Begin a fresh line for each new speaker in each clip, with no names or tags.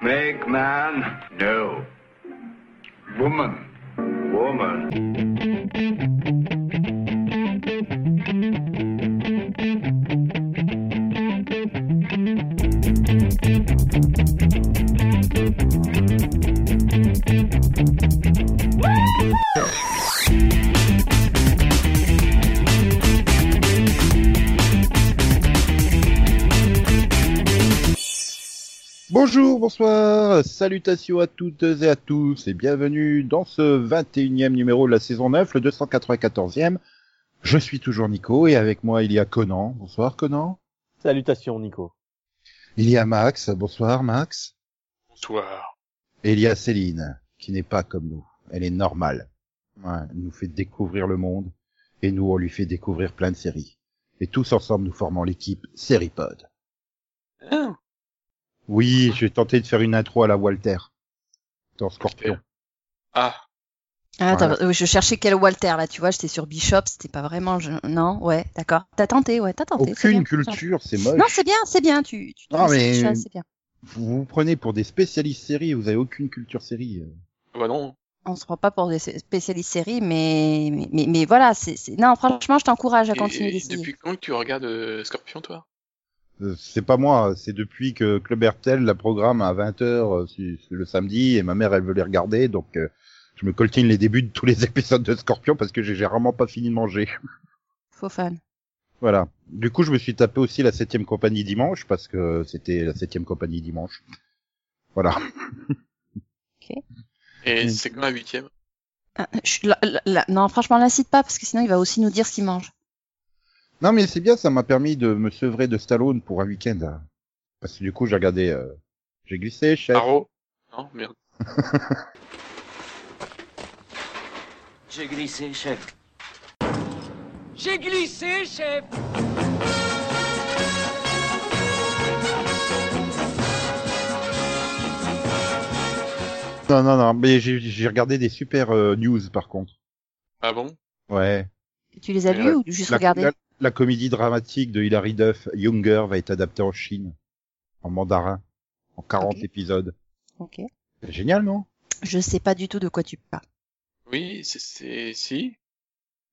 Make man? No. Woman. Woman.
Bonjour, bonsoir, salutations à toutes et à tous et bienvenue dans ce 21e numéro de la saison 9, le 294e. Je suis toujours Nico et avec moi il y a Conan. Bonsoir Conan.
Salutations, Nico.
Il y a Max. Bonsoir Max.
Bonsoir.
Et il y a Céline qui n'est pas comme nous. Elle est normale. Ouais, elle nous fait découvrir le monde et nous on lui fait découvrir plein de séries. Et tous ensemble nous formons l'équipe Seripod.
Ah,
Oui, j'ai tenté de faire une intro à la Walter. Dans Scorpion.
Ah,
Ah, attends, euh, je cherchais quel Walter là, tu vois, j'étais sur Bishop, c'était pas vraiment. je- Non, ouais, d'accord. T'as tenté, ouais, t'as tenté. Oh, c'est
Aucune
bien.
culture, c'est moche.
Non, c'est bien, c'est bien, tu, tu
Ah,
tu-
mais-
tu- c'est bien.
vous vous prenez pour des spécialistes séries, vous avez aucune culture série. euh.
bah non.
On se prend pas pour des spécialistes séries, mais, mais, mais, mais voilà, c'est, c'est- non, franchement, je t'encourage à
Et-
continuer
et
d'essayer.
depuis quand que tu regardes euh, Scorpion, toi
Euh, C'est pas moi, c'est depuis que Club Hertel la programme à 20h le samedi et ma mère elle veut les regarder donc euh, je me coltine les débuts de tous les épisodes de Scorpion parce que j'ai j'ai rarement pas fini de manger.
Faux fan.
Voilà. Du coup, je me suis tapé aussi la septième compagnie dimanche parce que c'était la septième compagnie dimanche. Voilà.
Et
Mm.
c'est quand la huitième
Ah, je- la- la- la- non, franchement, l'incite pas, parce que sinon, il va aussi nous dire ce qu'il mange.
Non mais c'est bien, ça m'a permis de me sevrer de Stallone pour un week-end. hein. Parce que du coup, j'ai regardé, euh, j'ai glissé, chef.
Arrow Non, merde.
J'ai glissé, chef.
J'ai glissé, chef
Non, non, non, mais j'ai- j'ai regardé des super euh, news par contre.
Ah bon
Ouais.
Tu les as
Mais
lus
ouais,
ou juste
La,
regardé
la- la comédie dramatique de Hilary Duff, Younger, va être adaptée en Chine, en mandarin, en 40
Ok.
épisodes.
Ok.
C'est Génial, non
Je sais pas du tout de quoi tu parles.
Oui, c'est- c'est... si.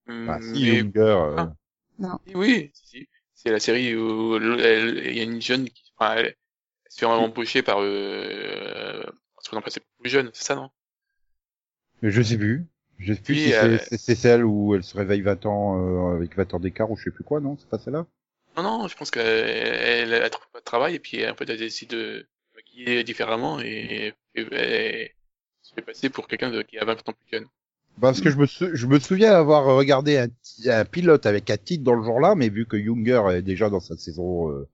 Mm,
Bah, si,
mais-
Younger, euh,
Ah. Oui, si. c'est la série où l- elle- il y a une jeune qui... Enfin, elle elle se fait
Mm.
embaucher par... Euh... Parce qu'on en passait pour plus jeune, c'est ça, non
je sais plus. Je sais plus
Oui,
si
euh,
c'est- c'est c'est celle où elle se réveille 20 ans euh, avec 20 ans d'écart ou je sais plus quoi, non C'est pas celle-là
Non, non, je pense qu'elle elle, elle trouve pas de travail et puis en fait elle décide de se maquiller différemment et, et- et se fait passer pour quelqu'un de- qui a 20 ans plus jeune.
Parce que je me, sou- je me souviens avoir regardé un, ti- un pilote avec un titre dans le genre-là, mais vu que Younger est déjà dans sa saison euh,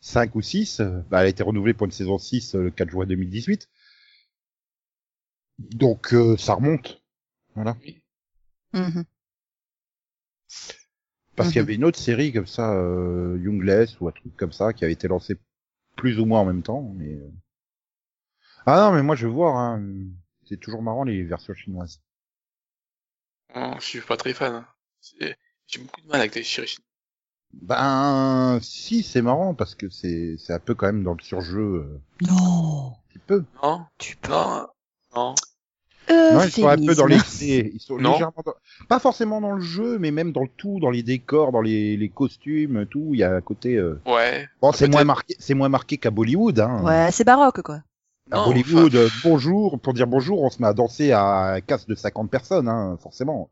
5 ou 6, euh, bah, elle a été renouvelée pour une saison 6 euh, le 4 juin 2018. Donc euh, ça remonte.
Mhm.
Parce
Mhm.
qu'il y avait une autre série comme ça, euh, Youngless ou un truc comme ça, qui avait été lancée plus ou moins en même temps. Mais... euh. Ah non, mais moi je vois, hein, c'est toujours marrant les versions chinoises.
Non, je suis pas très fan. hein. C'est- J'ai beaucoup de mal avec les chirurgies.
Ben si, c'est marrant parce que c'est c'est un peu quand même dans le surjeu. euh,
Non,
un petit peu.
Non,
tu Euh, peux.
non, non.
Non, ils sont un peu dans
Euphémisme.
l'excès. Ils sont
Non.
légèrement dans- pas forcément dans le jeu, mais même dans le tout, dans les décors, dans les, les costumes, tout. Il y a un côté. euh,
Ouais.
Bon, c'est
peut-être.
moins marqué, c'est moins marqué qu'à Bollywood. Hein.
Ouais, c'est baroque, quoi.
à
Non,
Bollywood,
enfin,
euh, bonjour, pour dire bonjour, on se met à danser à un casse de 50 personnes, hein, forcément.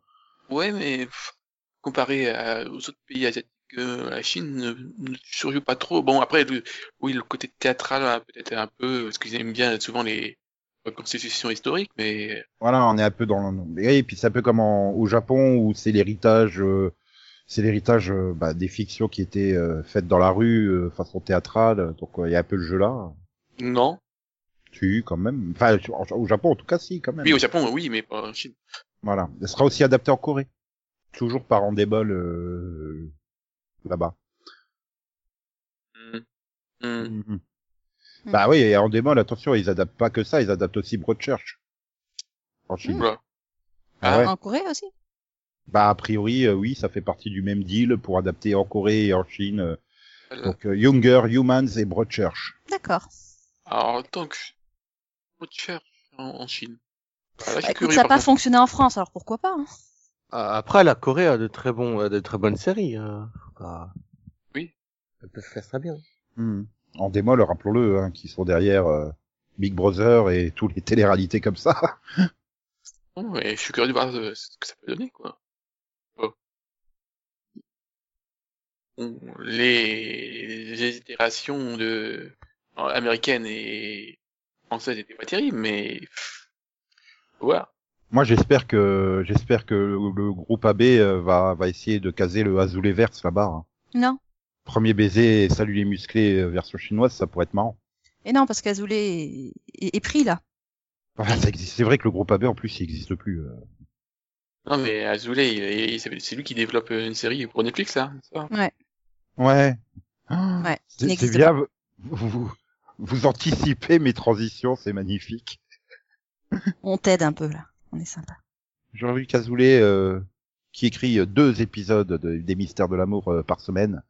ouais, mais pff, comparé à- aux autres pays asiatiques, euh, la Chine ne, ne surjoue pas trop. Bon, après, le- oui, le côté théâtral, hein, peut-être un peu, parce qu'ils aiment bien souvent les reconstitutions historiques, mais
Voilà, on est un peu dans. le- Et puis c'est un peu comme en- au Japon où c'est l'héritage, euh, c'est l'héritage euh, bah, des fictions qui étaient euh, faites dans la rue, euh, façon théâtrale. Donc euh, il y a un peu le jeu là.
non.
Tu quand même. Enfin, tu- en- au Japon en tout cas, si quand même.
Oui, au Japon, oui, mais pas en Chine.
Voilà. Elle sera aussi adaptée en Corée. Toujours par Andebol euh, là-bas.
Mm. Mm.
Mhm. Bah oui, et Andebol, attention, ils adaptent pas que ça, ils adaptent aussi Broadchurch. En
Hmm.
Chine.
Oula.
Ah ouais.
En Corée aussi
Bah a priori, euh, oui, ça fait partie du même deal pour adapter en Corée et en Chine. euh,
Voilà.
donc euh, Younger, Humans et Broadchurch.
D'accord.
Alors, tant que Trop de cher en, en Chine. Ah, là, je suis
Bah, écoute,
curieux,
ça n'a
par
pas
contre.
fonctionné en France, alors pourquoi pas hein.
Ah, Après, la Corée a de très bons, a de très bonnes séries. hein. Faut pas-
Oui.
Elles peuvent faire très bien.
Hmm. En démol, rappelons-le, hein, qui sont derrière euh, Big Brother et tous les téléréalités comme ça.
Non, mais je suis curieux de voir euh, ce que ça peut donner, quoi. Bon. Bon, les... les itérations de... en- américaines et françaises n'étaient pas terribles, mais... pff, faut voir.
Moi, j'espère que j'espère que le, le groupe AB euh, va va essayer de caser le Azulé Verse là-bas. hein.
Non.
Premier baiser, et salut les musclés euh, version chinoise, ça pourrait être marrant.
Et non, parce qu'Azoulay est, est- est pris là.
Voilà, ça existe. C'est vrai que le groupe AB en plus, il existe plus. euh.
Non, mais Azoulay, il- il- c'est c'est lui qui développe euh, une série pour Netflix, là. c'est ça
Ouais. Ah,
Ouais, il
c'est c'est
n'existe
bien. vous- Vous vous anticipez mes transitions, c'est magnifique.
On t'aide un peu là. On est sympa.
Jean-Luc Azoulay, euh, qui écrit euh, deux épisodes de- des Mystères de l'amour euh, par semaine,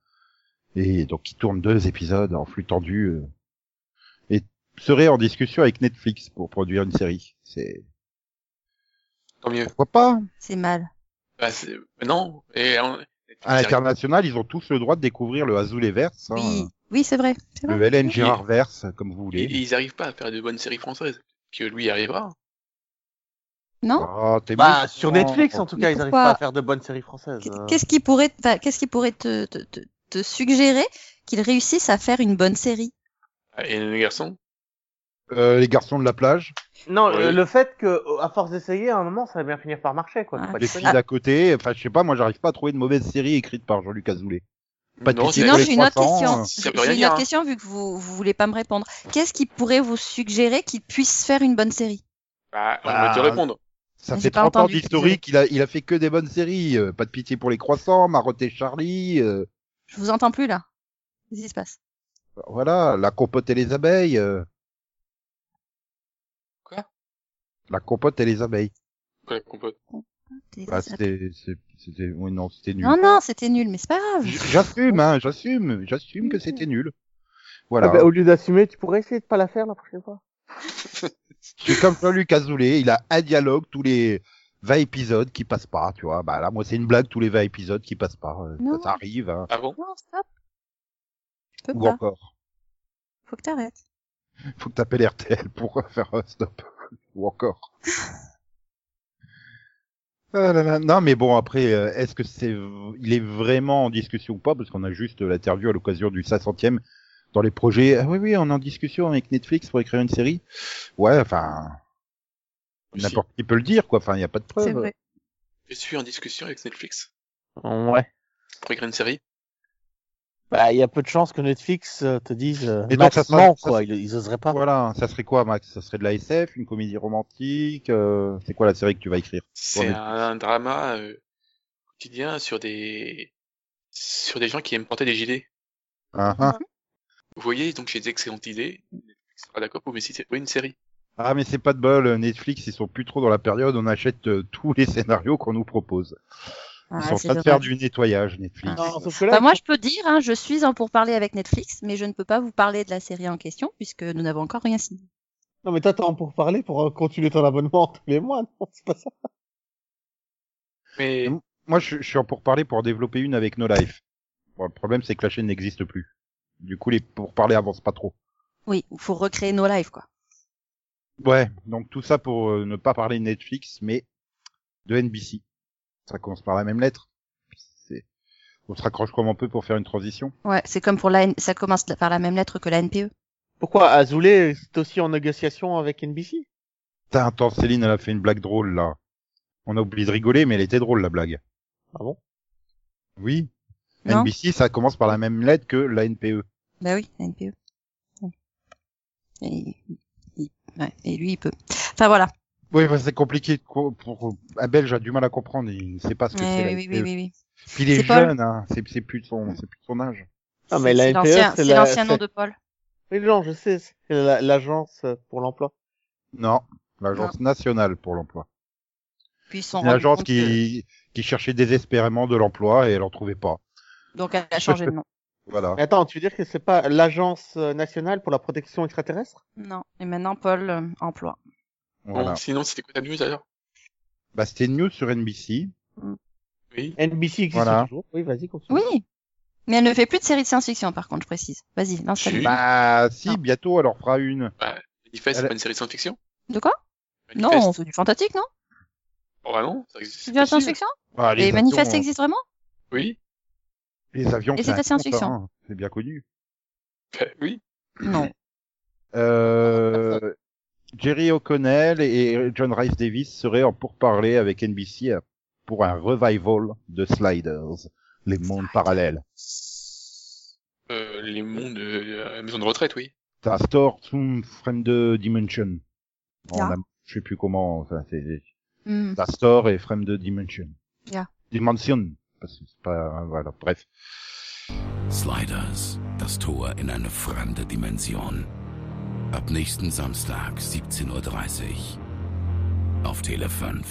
et donc qui tourne deux épisodes en flux tendu, euh, et serait en discussion avec Netflix pour produire une série. C'est
Tant mieux.
pourquoi pas
C'est mal.
Bah, c'est- non, et... on-
À l'international, ils ont tous le droit de découvrir le Azoulay verse, hein,
Oui, oui, c'est vrai. c'est vrai.
le Hélène Girard verse, comme vous
Ils,
voulez.
ils arrivent pas à faire de bonnes séries françaises. Que lui y arrivera.
Non.
Ah, t'es
Bah,
méchant.
sur Netflix, en tout cas, ils arrivent
Pourquoi
pas à faire de bonnes séries françaises.
euh,
hein.
Qu'est-ce qui pourrait, enfin, qu'est-ce qui pourrait te, te, te, te suggérer qu'ils réussissent à faire une bonne série
Et les garçons
Euh, les garçons de la plage,
Non,
Oui.
le- le fait que, euh, à force d'essayer, à un moment, ça va bien finir par marcher, quoi.
Ah.
Faut pas
les
déconner.
filles d'à côté. Enfin, je sais pas, moi, j'arrive pas à trouver de mauvaise série écrite par Jean-Luc Azoulay. Pas de
Non,
pitié
c'est-
Sinon,
les
j'ai une autre
300,
question.
hein.
Ça veut
J'ai
rien
une
dire,
autre
hein.
question vu que vous vous voulez pas me répondre. Qu'est-ce qui pourrait vous suggérer qu'ils puissent faire une bonne série
Bah, on
Bah,
va te répondre.
Ça
J'ai
fait
pas
30 ans
entendu,
d'historique, il a, il a fait que des bonnes séries. euh, pas de pitié pour les croissants, Marotte et Charlie, euh,
Je vous entends plus là. Qu'est-ce qui se passe
Bah, voilà, La compote et les abeilles. euh.
Quoi
La compote et les abeilles.
Ouais, qu'on peut-
Bah, c'était, c'est- c'était, oui, non, c'était nul.
Non, non, c'était nul, mais c'est pas grave.
J- J'assume, hein, j'assume, j'assume que c'était nul. Voilà.
Ah bah, au lieu d'assumer, tu pourrais essayer de pas la faire la prochaine fois.
C'est comme Jean-Luc Azoulay, il a un dialogue tous les 20 épisodes qui passent pas, tu vois. Bah là, moi, c'est une blague tous les 20 épisodes qui passent pas. euh,
Non.
Ça, ça arrive, hein.
Ah bon
Non, stop. Je peux
Ou
pas.
encore.
Faut que t'arrêtes.
Faut que t'appelles RTL pour faire un stop. Ou encore. Ah là là. Non, mais bon, après, euh, est-ce que c'est, v- il est vraiment en discussion ou pas? Parce qu'on a juste euh, l'interview à l'occasion du 500e dans les projets. Ah oui, oui, on est en discussion avec Netflix pour écrire une série. Ouais, enfin, n'importe qui peut le dire, quoi. Enfin, il n'y a pas de preuve.
C'est vrai.
Je suis en discussion avec Netflix
Ouais.
pour écrire une série.
Bah, il y a peu de chances que Netflix euh, te dise. euh,
Et donc,
Max,
ça se-
non,
ça
quoi. Ils, ils oseraient pas.
Ah, Voilà. Ça serait quoi, Max? Ça serait de la SF, une comédie romantique, euh, c'est quoi la série que tu vas écrire?
C'est
mais-
un, drama euh, quotidien sur des sur des gens qui aiment porter des gilets.
Hein, hein.
Vous voyez, donc j'ai des excellentes idées. Netflix sera d'accord pour me citer une série.
Ah mais c'est pas de bol, euh, Netflix ils sont plus trop dans la période, on achète euh, tous les scénarios qu'on nous propose. Ils
Ah,
sont en train de
c'est dommage.
faire du nettoyage Netflix.
Ah.
Non, sauf que là,
Bah, moi, je peux dire, hein, je suis en pourparlers avec Netflix, mais je ne peux pas vous parler de la série en question puisque nous n'avons encore rien signé.
Non, mais t'attends pour parler, pour euh, continuer ton abonnement tous les mois, non, c'est pas ça.
Mais
Mm. Moi je, je suis en pourparlers pour en développer une avec No Life. Bon, le problème c'est que la chaîne n'existe plus. Du coup les pourparlers avancent pas trop.
Oui, il faut recréer nos lives, quoi.
Ouais, donc tout ça pour euh, ne pas parler de Netflix mais de NBC. Ça commence par la même lettre. C'est- On se raccroche comme on peut pour faire une transition.
Ouais, c'est comme pour la, N- ça commence par la même lettre que la E. NPE.
Pourquoi Azoulay, c'est aussi en négociation avec NBC
Putain, attends, Céline elle a fait une blague drôle là. On a oublié de rigoler mais elle était drôle la blague.
Ah bon
Oui.
Non
NBC, ça commence par la même lettre que la E. NPE.
Bah oui, la NPE. Ouais. Et, il- ouais, et lui, il peut. Enfin voilà.
Oui, bah, c'est compliqué. de co- Pour... Un Belge a du mal à comprendre. Il ne sait pas ce que c'est.
Ouais,
la
Eh
E.
oui, oui,
NPE.
oui, oui.
Puis il est,
C'est Paul.
jeune, hein. c'est c'est plus de son, c'est plus de son âge.
Ah, mais
C'est-
la
c'est
NPE,
l'ancien-
c'est
c'est
la-
l'ancien nom
c'est-
de Paul.
Mais non, je sais, c'est la- l'agence euh, pour l'emploi.
Non, l'agence nationale pour l'emploi.
Puis ils se sont
Une agence
rendus compte
qui qui cherchait désespérément de l'emploi et elle en trouvait pas.
que- Donc elle a changé de nom.
Voilà.
Mais attends, tu veux dire que c'est pas l'Agence euh, nationale pour la protection extraterrestre
Non. Et maintenant, Paul, euh, emploi.
Bon,
voilà.
sinon, c'était quoi ta news alors
Bah, c'était une news sur NBC.
Oui.
NBC existe
Voilà.
toujours. Oui, vas-y, continue.
Oui. Mais elle ne fait plus de séries de science-fiction, par contre, je précise. Vas-y, lance
Si.
Bah, si,
Non.
bientôt, elle en fera une.
Manifest, c'est
Elle-
pas une série de science-fiction
De quoi Non,
Manifest.
c'est du fantastique, non
Oh, bah non, ça existe.
C'est
c'est
de la
possible.
science-fiction
Ah, les
Et
avions,
Manifeste
euh,
existe vraiment
Oui,
Les avions.
Et c'est de la
un compte,
science-fiction.
hein, C'est bien connu.
bah, oui.
Non.
Euh, Jerry O'Connell et John Rice Davis seraient en pourparlers avec NBC hein, pour un revival de Sliders, les mondes parallèles.
Euh, les mondes euh, à la maison de retraite, oui.
C'est un store sous friend de Dimension. En
Yeah.
am- je sais plus comment, enfin, c'est
Hmm.
Bah
c'est un store et friend de Dimension.
Yeah.
Dimension. Parce que c'est pas, hein, voilà, bref.
Sliders, das Tor in eine fremde Dimension. Ab nächsten Samstag, 17.30 Uhr. Auf Tele 5.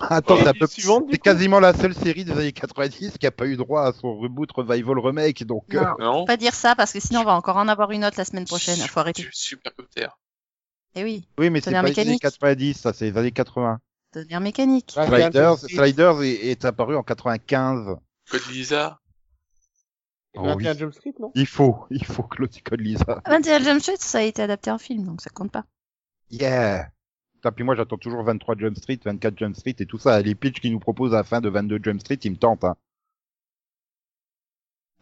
Attends,
Et
c'est un
puis
peu-
suivante, Ah, du
c'est
coup
quasiment la seule série des années 90 qui a pas eu droit à son reboot, revival, remake, donc, euh,
Non.
Non
Faut Pas dire ça parce que sinon on va encore en avoir une autre la semaine prochaine. Faut arrêter.
Du supercopter.
Eh oui,
oui, mais
Ça
c'est
vient
pas les années
mécanique.
90, ça, c'est les années 80.
devenir mécanique.
Ah,
Sliders,
Six,
Sliders est, est apparu en 95.
Code Lisa.
et
Oh,
21
oui.
Jump Street, non
Il faut, il faut que l'autre code Lisa.
21 Jump Street, ça a été adapté en film, donc ça compte pas.
Yeah! Putain, puis moi, j'attends toujours 23 Jump Street, 24 Jump Street et tout ça. Les pitchs qu'ils nous proposent à la fin de 22 Jump Street, ils me tentent, hein.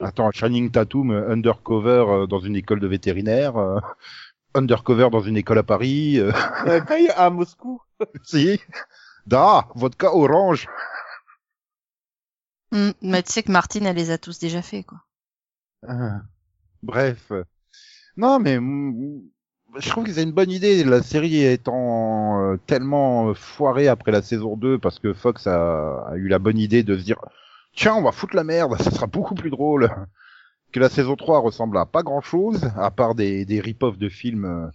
Attends, Shining Tatum, euh, undercover euh, dans une école de vétérinaire, euh, undercover dans une école à Paris, euh,
Euh, Kai à Moscou.
si. Da, vodka orange.
Hmm, mais tu sais que Martine, elle les a tous déjà fait, quoi.
Ah, Bref. Non, mais mm, je trouve que c'est une bonne idée. La série étant euh, tellement euh, foirée après la saison 2 parce que Fox a, a eu la bonne idée de se dire Tiens, on va foutre la merde, ça sera beaucoup plus drôle. Que la saison 3 ressemble à pas grand chose, à part des, des rip-off de films euh,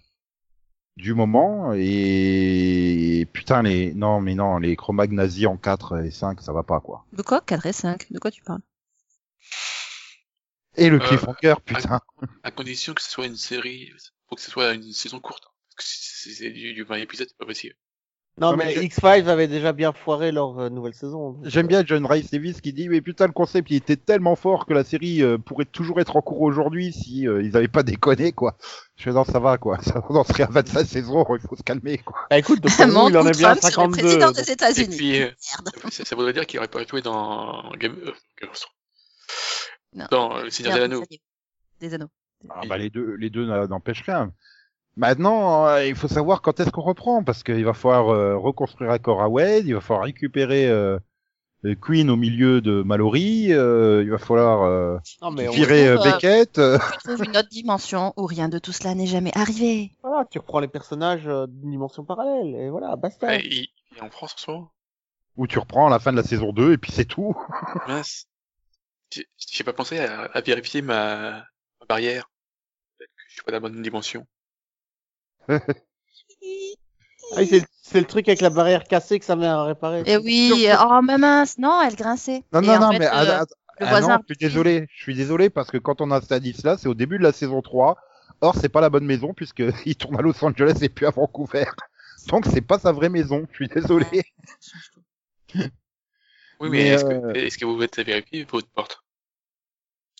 du moment. Et putain, les. Non, mais non, les Chromag nazis en 4 et 5, ça va pas quoi.
De quoi 4 et 5 De quoi tu parles
Et le
Euh,
cliffhanger, putain.
À condition que ce soit une série, faut que ce soit une saison courte. Parce que si c'est du, du 20 épisodes, c'est pas possible.
Non,
Non,
mais,
mais je-
X5 avait déjà bien foiré leur euh, nouvelle saison.
J'aime bien John Rice Davis qui dit mais putain le concept il était tellement fort que la série euh, pourrait toujours être en cours aujourd'hui si euh, ils avaient pas déconné quoi. Je fais non ça va quoi, ça on en serait à 25 saisons, il faut se calmer quoi.
Bah écoute, donc,
Mon
il en est bien à
Trump
52.
serait président
donc-
des
Et
États-Unis.
puis, euh,
Merde.
ça, ça voudrait dire qu'il aurait pas joué dans Game, euh, Game of Thrones.
Non.
Dans euh, Le Seigneur des
Merde,
Anneaux.
ça y est. Des anneaux.
Ah bah les deux les deux n'a- n'empêchent rien. Maintenant euh, il faut savoir quand est-ce qu'on reprend parce qu'il va falloir euh, reconstruire Accor à Wade, il va falloir récupérer euh, euh, Queen au milieu de Mallory, euh, il va falloir euh,
Non, mais on-
Vire-
virer euh,
retrouve, euh,
Beckett. euh.
Tu trouves une autre dimension où rien de tout cela n'est jamais arrivé.
voilà, tu reprends les personnages euh, d'une dimension parallèle, et voilà, basta.
Ouais, Ah, il, il est en France en ce moment.
Ou tu reprends la fin de la saison 2 et puis c'est tout.
Mince. J'ai j'ai pas pensé à, à vérifier ma, ma barrière. Peut-être que je suis pas dans la bonne dimension.
Ah oui, c'est c'est le truc avec la barrière cassée que ça met à réparer.
Et oui, euh, oh ma mince, non, elle grinçait.
Non
Et
non
en
non
fait,
mais
euh,
att-
le
Ah
voisin.
non, je suis désolé, je suis désolé parce que quand on a Stanislas, c'est au début de la saison 3. Or, c'est pas la bonne maison puisque il tourne à Los Angeles et puis à Vancouver. Donc, c'est pas sa vraie maison. Je suis désolé.
Oui, mais,
Mais,
est-ce
euh,
que, est que vous êtes à vérifier votre porte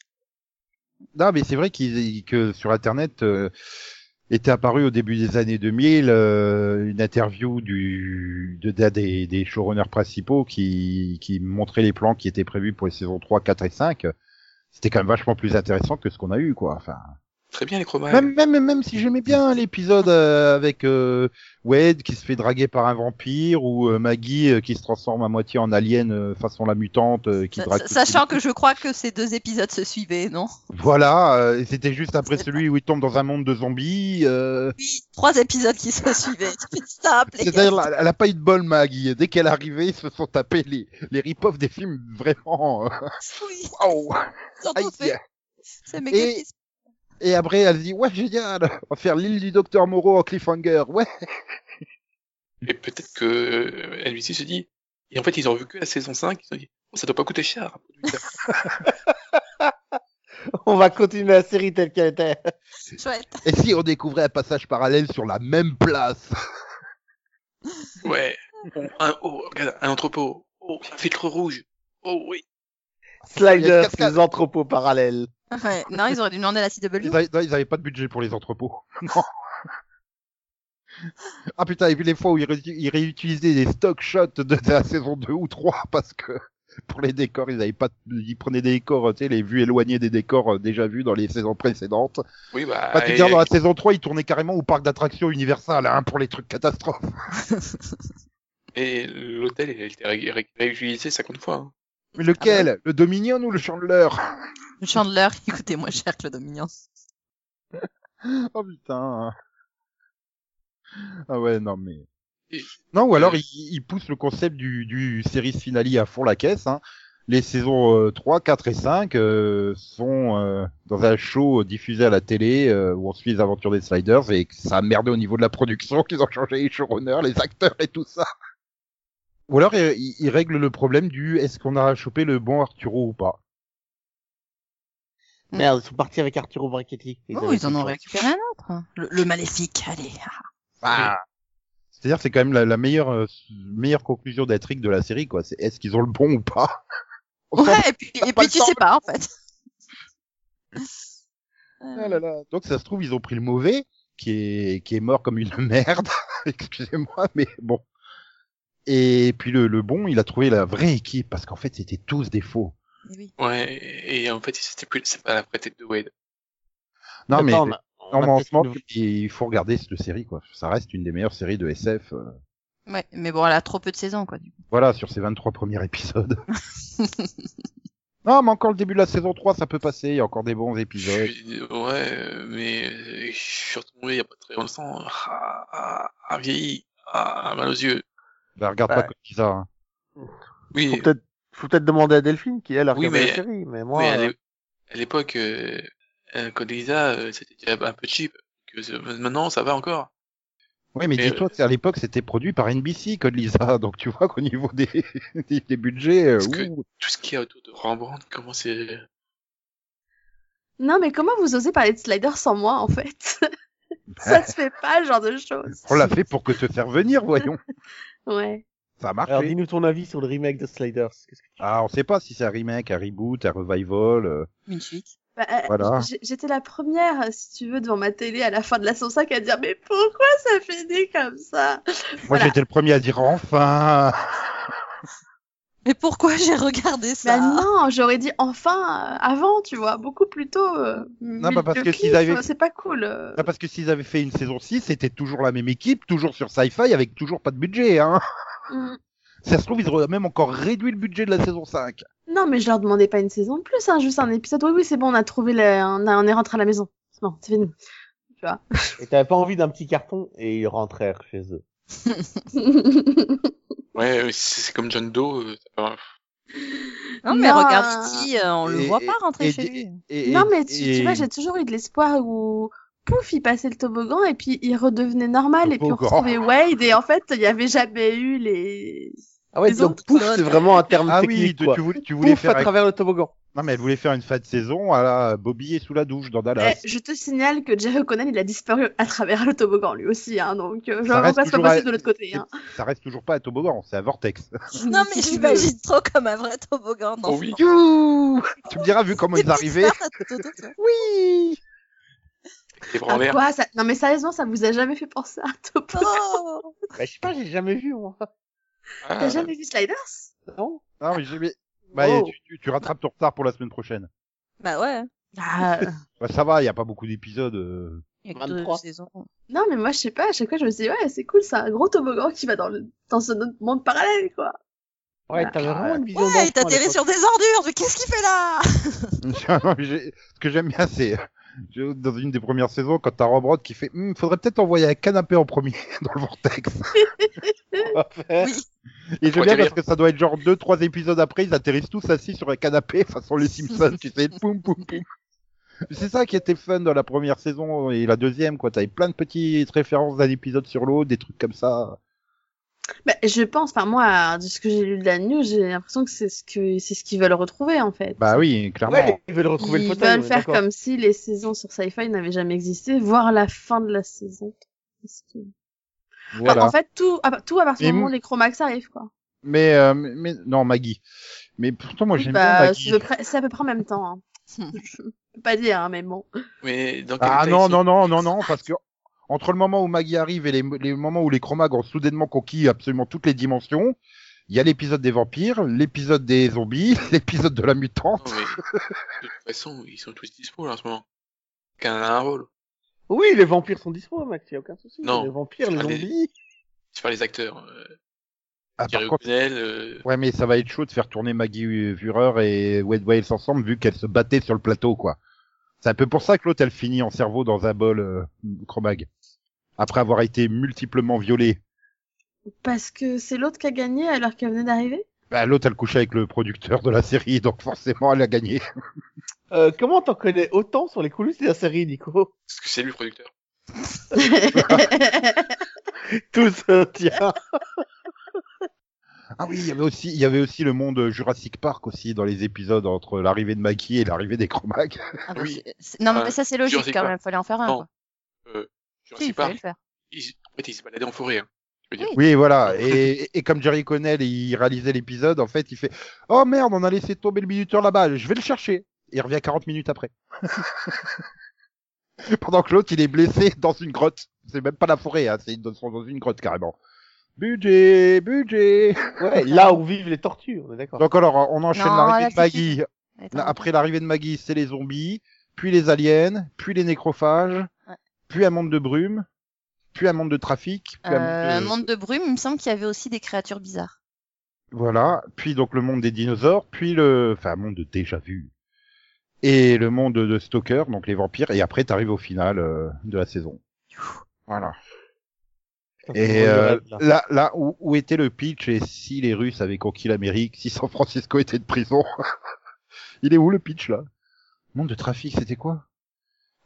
Non, mais c'est vrai qu'il que sur Internet euh, était apparu au début des années 2000 euh, une interview du de, d'un des, des showrunners principaux qui qui montrait les plans qui étaient prévus pour les saisons 3, 4 et 5. C'était quand même vachement plus intéressant que ce qu'on a eu, quoi. Enfin.
Très bien, les chromas.
Même, même, même si j'aimais bien l'épisode euh, avec euh, Wade qui se fait draguer par un vampire ou euh, Maggie euh, qui se transforme à moitié en alien euh, façon la mutante euh, qui
sa-
drague.
sa- Sachant que je crois que ces deux épisodes se suivaient, non
Voilà, euh, c'était juste après
C'est
celui où il tombe dans un monde de zombies. euh,
Trois épisodes qui se suivaient. Stop, les gars.
C'est-à-dire, elle- elle a pas eu de bol, Maggie. Dès qu'elle est arrivée, ils se sont tapés les, les rip-off des films vraiment. euh,
Oui,
waouh,
ils ont tout
aïe.
fait. C'est mes
Et- Et après, elle se dit, ouais, génial, on va faire l'île du docteur Moreau en cliffhanger. Ouais,
Et peut-être que euh, NBC se dit. Et en fait, ils ont vu que la saison 5, ils ont dit Ça doit pas coûter cher.
On va continuer la série telle qu'elle était.
Chouette.
Et si on découvrait un passage parallèle sur la même place
Ouais. Un, oh, regarde, un entrepôt. Oh, un filtre rouge. Oh oui.
Slider,
Cascade.
les entrepôts parallèles.
Ouais. Non, ils auraient dû demander à la
ils
CW.
avaient, non, ils avaient pas de budget pour les entrepôts. Non. ah putain, et puis les fois où ils, ré- ils réutilisaient des stock shots de, de la saison 2 ou 3 parce que pour les décors, ils avaient pas, ils prenaient des décors, tu sais, les vues éloignées des décors euh, déjà vus dans les saisons précédentes.
Oui, bah.
Bah, tu
et-
te dis, dans la saison 3, ils tournaient carrément au parc d'attractions Universal, hein, pour les trucs catastrophes.
Et l'hôtel il a été ré- ré- réutilisé 50 fois. hein.
Mais lequel Le Dominion ou le Chandler
Le Chandler, il coûtait moins cher que le Dominion.
Oh putain. Ah ouais, non mais.
Et-
Non, ou alors il, il pousse le concept du, du series finale à fond la caisse. Hein. Les saisons euh, 3, 4 et 5 euh, sont euh, dans un show diffusé à la télé euh, où on suit les aventures des Sliders et que ça a merdé au niveau de la production, qu'ils ont changé les showrunners, les acteurs et tout ça. Ou alors euh, il, il- il règle le problème du est-ce qu'on a chopé le bon Arturo ou pas.
Mm.
Merde, ils sont partis avec Arturo Brachetti.
Oh, ils en ont récupéré un autre. Le, le maléfique, allez.
Ah. C'est-à-dire que c'est quand même la, la meilleure euh, meilleure conclusion d'intrigue de la série quoi. C'est est-ce qu'ils ont le bon ou pas On s'en
Ouais, et puis, et
pas
puis
le
tu
temps.
sais pas, en fait. Euh,
Ah là là. Donc ça se trouve ils ont pris le mauvais qui est qui est mort comme une merde. Excusez-moi mais bon. Et puis le, le bon il a trouvé la vraie équipe parce qu'en fait c'était tous des faux.
Eh oui.
Ouais. Et et en fait, c'était plus, c'est pas la vraie tête de Wade.
Non mais
Attends, on a- on
non,
a
mais en
peut-être
ce moment,
une-
il faut regarder cette série quoi. Ça reste une des meilleures séries de SF. euh,
Ouais, mais bon, elle a trop peu de saisons, quoi. du coup.
Voilà sur ces 23 premiers épisodes. non mais encore le début de la saison 3 ça peut passer. Il y a encore des bons
Je
épisodes.
suis- Ouais, euh, mais euh, je suis retombé il y a pas très longtemps. Ah, ah, ah, vieilli. Ah, mal aux yeux.
Bah, regarde
Ouais.
pas comme ça. Hein.
Faut
Oui,
peut-être faut peut-être demander à Delphine qui elle a
Oui,
regardé la
mais-
série, mais moi
mais à
euh,
l'é- à l'époque, euh, euh, quand Elisa, euh, c'était déjà un peu cheap. Que c'est- maintenant, ça va encore.
Oui, mais
Et- euh,
dis-toi que à l'époque c'était produit par NBC, Code Lisa, donc tu vois qu'au niveau des, des, des budgets, euh,
Parce que-
ouh.
tout ce qui est autour de Rembrandt, comment c'est.
Non, mais comment vous osez parler de Slider sans moi, en fait Ça se fait pas, ce genre de choses.
on l'a fait pour que te faire venir, voyons.
Ouais.
Ça a marché.
alors dis-nous ton avis sur le remake de Sliders. Qu'est-ce que tu-
Ah, on sait pas si c'est un remake, un reboot, un revival. euh.
Une suite.
Bah, euh,
Voilà.
j- J'étais la première, si tu veux, devant ma télé à la fin de la saison 5 à dire Mais pourquoi ça finit comme ça
Moi
Voilà.
j'étais le premier à dire enfin.
Mais pourquoi j'ai regardé ça
Bah non, j'aurais dit enfin euh, avant, tu vois, beaucoup plus tôt. euh, mais
bah, parce
le
que
cliff,
s'ils avaient-
euh, C'est pas cool. euh.
Ah, parce que s'ils avaient fait une saison 6, c'était toujours la même équipe, toujours sur Sci-Fi, avec toujours pas de budget. Hein.
Mm.
Ça se trouve ils auraient même encore réduit le budget de la saison 5.
Non, mais je leur demandais pas une saison de plus, hein, juste un épisode. Oui, oui, c'est bon, on a trouvé, la- on, a- on est rentré à la maison. Non, c'est fini. Tu vois.
Et t'avais pas envie d'un petit carton et ils rentrèrent chez eux.
Ouais, euh, c'est c'est comme John Doe. euh, ça va.
Non, mais
Non,
regarde
euh,
ici, euh, on le
et-
voit pas rentrer
et-
chez lui.
Et,
non,
et-
mais tu, tu
et-
vois, j'ai toujours eu de l'espoir où, pouf, il passait le toboggan et puis il redevenait normal et puis on
Toboggan.
retrouvait Wade et en fait, il n'y avait jamais eu les.
Ah ouais,
Ils ont
donc
tout
pouf,
ça,
c'est vraiment un terme
Ah oui,
technique
tu,
quoi.
tu voulais, tu voulais
pouf
faire.
à
un-
travers le toboggan.
Non, mais elle voulait faire une fin de saison à la Bobby et sous la douche dans Dallas.
Eh, je te signale que Jerry Conan, il a disparu à travers le toboggan lui aussi, hein, donc
Ça
euh, genre,
reste
pourquoi c'est pas
toujours
possible
à-
de l'autre côté. Hein.
Ça reste toujours pas un toboggan, c'est un vortex.
Non, mais je l'imagine trop comme un vrai toboggan.
Oh oui.
tu me diras vu comment ils arrivaient.
Oui
Les bras en
Ah,
l'air.
quoi, ça- Non mais sérieusement, ça vous a jamais fait penser à un toboggan
Oh.
Bah, je sais pas, j'ai jamais vu moi.
Ah,
T'as jamais vu Sliders
Non.
Non, mais j'ai- mais- bah,
Oh.
tu, tu- tu rattrapes ton retard pour la semaine prochaine.
Bah ouais.
Ah, euh,
Bah, ça va, il y a pas beaucoup d'épisodes. euh.
Il y a que
23.
deux saisons.
Non mais moi je sais pas, à chaque fois je me dis ouais c'est cool, c'est un gros toboggan qui va dans, le... dans ce autre monde parallèle quoi.
Bah, Ouais, t'avais vraiment une vision
Ouais, il
d'enfant à
t'atterrit
l'époque.
sur des ordures, mais qu'est-ce qu'il fait là
J'ai- Ce que j'aime bien, c'est euh, je- dans une des premières saisons quand t'as Rembrandt qui fait, Hum, faudrait peut-être envoyer un canapé en premier dans le vortex. Et j'aime bien
Pourquoi t'aimes
parce que ça doit être genre deux, trois épisodes après, ils atterrissent tous assis sur un canapé façon les Simpsons, tu sais, poum poum poum. C'est ça qui était fun dans la première saison et la deuxième, quoi. T'avais plein de petites références d'un épisode sur l'autre, des trucs comme ça.
Ben, je pense, enfin moi, de ce que j'ai lu de la news, j'ai l'impression que c'est ce que c'est ce qu'ils veulent retrouver en fait.
Bah oui, clairement.
Ouais, ils veulent retrouver
Ils
le fauteuil.
veulent
ouais,
faire
d'accord.
comme si les saisons sur Sci-Fi n'avaient jamais existé, voire la fin de la saison. Parce que- Enfin,
Voilà.
en fait, tout, à, tout à partir
Et
du moment où
mou-
les Chromax arrivent, quoi.
mais, euh, mais, mais- non, Maggie. Mais pourtant, moi,
Oui,
j'aime
bah,
bien
c'est
Maggie.
à peu près- c'est à peu près en même temps. hein. je peux pas dire, hein, mais bon.
Mais dans quel
Ah
état
non,
ils
non,
sont
non, non, non, parce que entre le moment où Maggie arrive et les, les moments où les chromags ont soudainement conquis absolument toutes les dimensions, il y a l'épisode des vampires, l'épisode des zombies, l'épisode de la mutante.
Non, mais de toute façon, ils sont tous dispo là, en ce moment. Qu'un a un rôle.
Oui, les vampires sont dispo, Max, y a aucun souci.
Non.
Les vampires, les
Ah, les-
zombies.
Tu parles des acteurs. Euh,
Ah, par
Jerry
contre,
O'Connell, euh,
ouais, mais ça va être chaud de faire tourner Maggie Vurer et Wade Wales ensemble vu qu'elles se battaient sur le plateau, quoi. C'est un peu pour ça que l'autre, elle finit en cerveau dans un bol euh, chromag. Après avoir été multiplement violée.
Parce que c'est l'autre qui a gagné alors qu'elle venait d'arriver
Bah, l'autre, elle couchait avec le producteur de la série, donc forcément, elle a gagné.
Euh, comment t'en connais autant sur les coulisses de la série, Nico
parce que c'est lui le producteur.
Tout se tient.
Ah oui, il y avait aussi, il y avait aussi le monde Jurassic Park aussi dans les épisodes entre l'arrivée de Maggie et l'arrivée des Chromags.
Ah bah,
Oui.
c'est- c'est- Non,
Euh,
mais ça, c'est logique
Jurassic
quand
Park.
même. Fallait en faire un,
Non,
quoi.
Je
Si,
sais
il
pas.
fallait le faire.
Ils- En fait, ils se baladaient en forêt. Hein.
Oui, voilà. Et, et comme Jerry Connell, il réalisait l'épisode, en fait, il fait, oh merde, on a laissé tomber le minuteur là-bas, je vais le chercher. Et il revient 40 minutes après. Pendant que l'autre, il est blessé dans une grotte. C'est même pas la forêt, hein, c'est dans, dans une grotte carrément. Budget, budget.
Ouais, là où vivent les tortues, on est d'accord.
Donc alors, on enchaîne
Non, là,
l'arrivée de
tout de suite.
Maggie.
Attends.
Là, Après l'arrivée de Maggie, c'est les zombies, puis les aliens, puis les nécrophages,
Ouais.
puis un monde de brume, puis un monde de trafic, puis
Euh,
un
un
monde de...
monde de brume, il me semble qu'il y avait aussi des créatures bizarres.
Voilà, puis donc le monde des dinosaures, puis le... Enfin, un monde de déjà vu. Et le monde de Stalker, donc les vampires, et après t'arrives au final euh, de la saison. Voilà.
Putain, c'est
Et
vraiment
euh,
le rêve, là.
là, là où, où était le pitch et si les Russes avaient conquis l'Amérique, si San Francisco était de prison Il est où le pitch là Monde de trafic, c'était quoi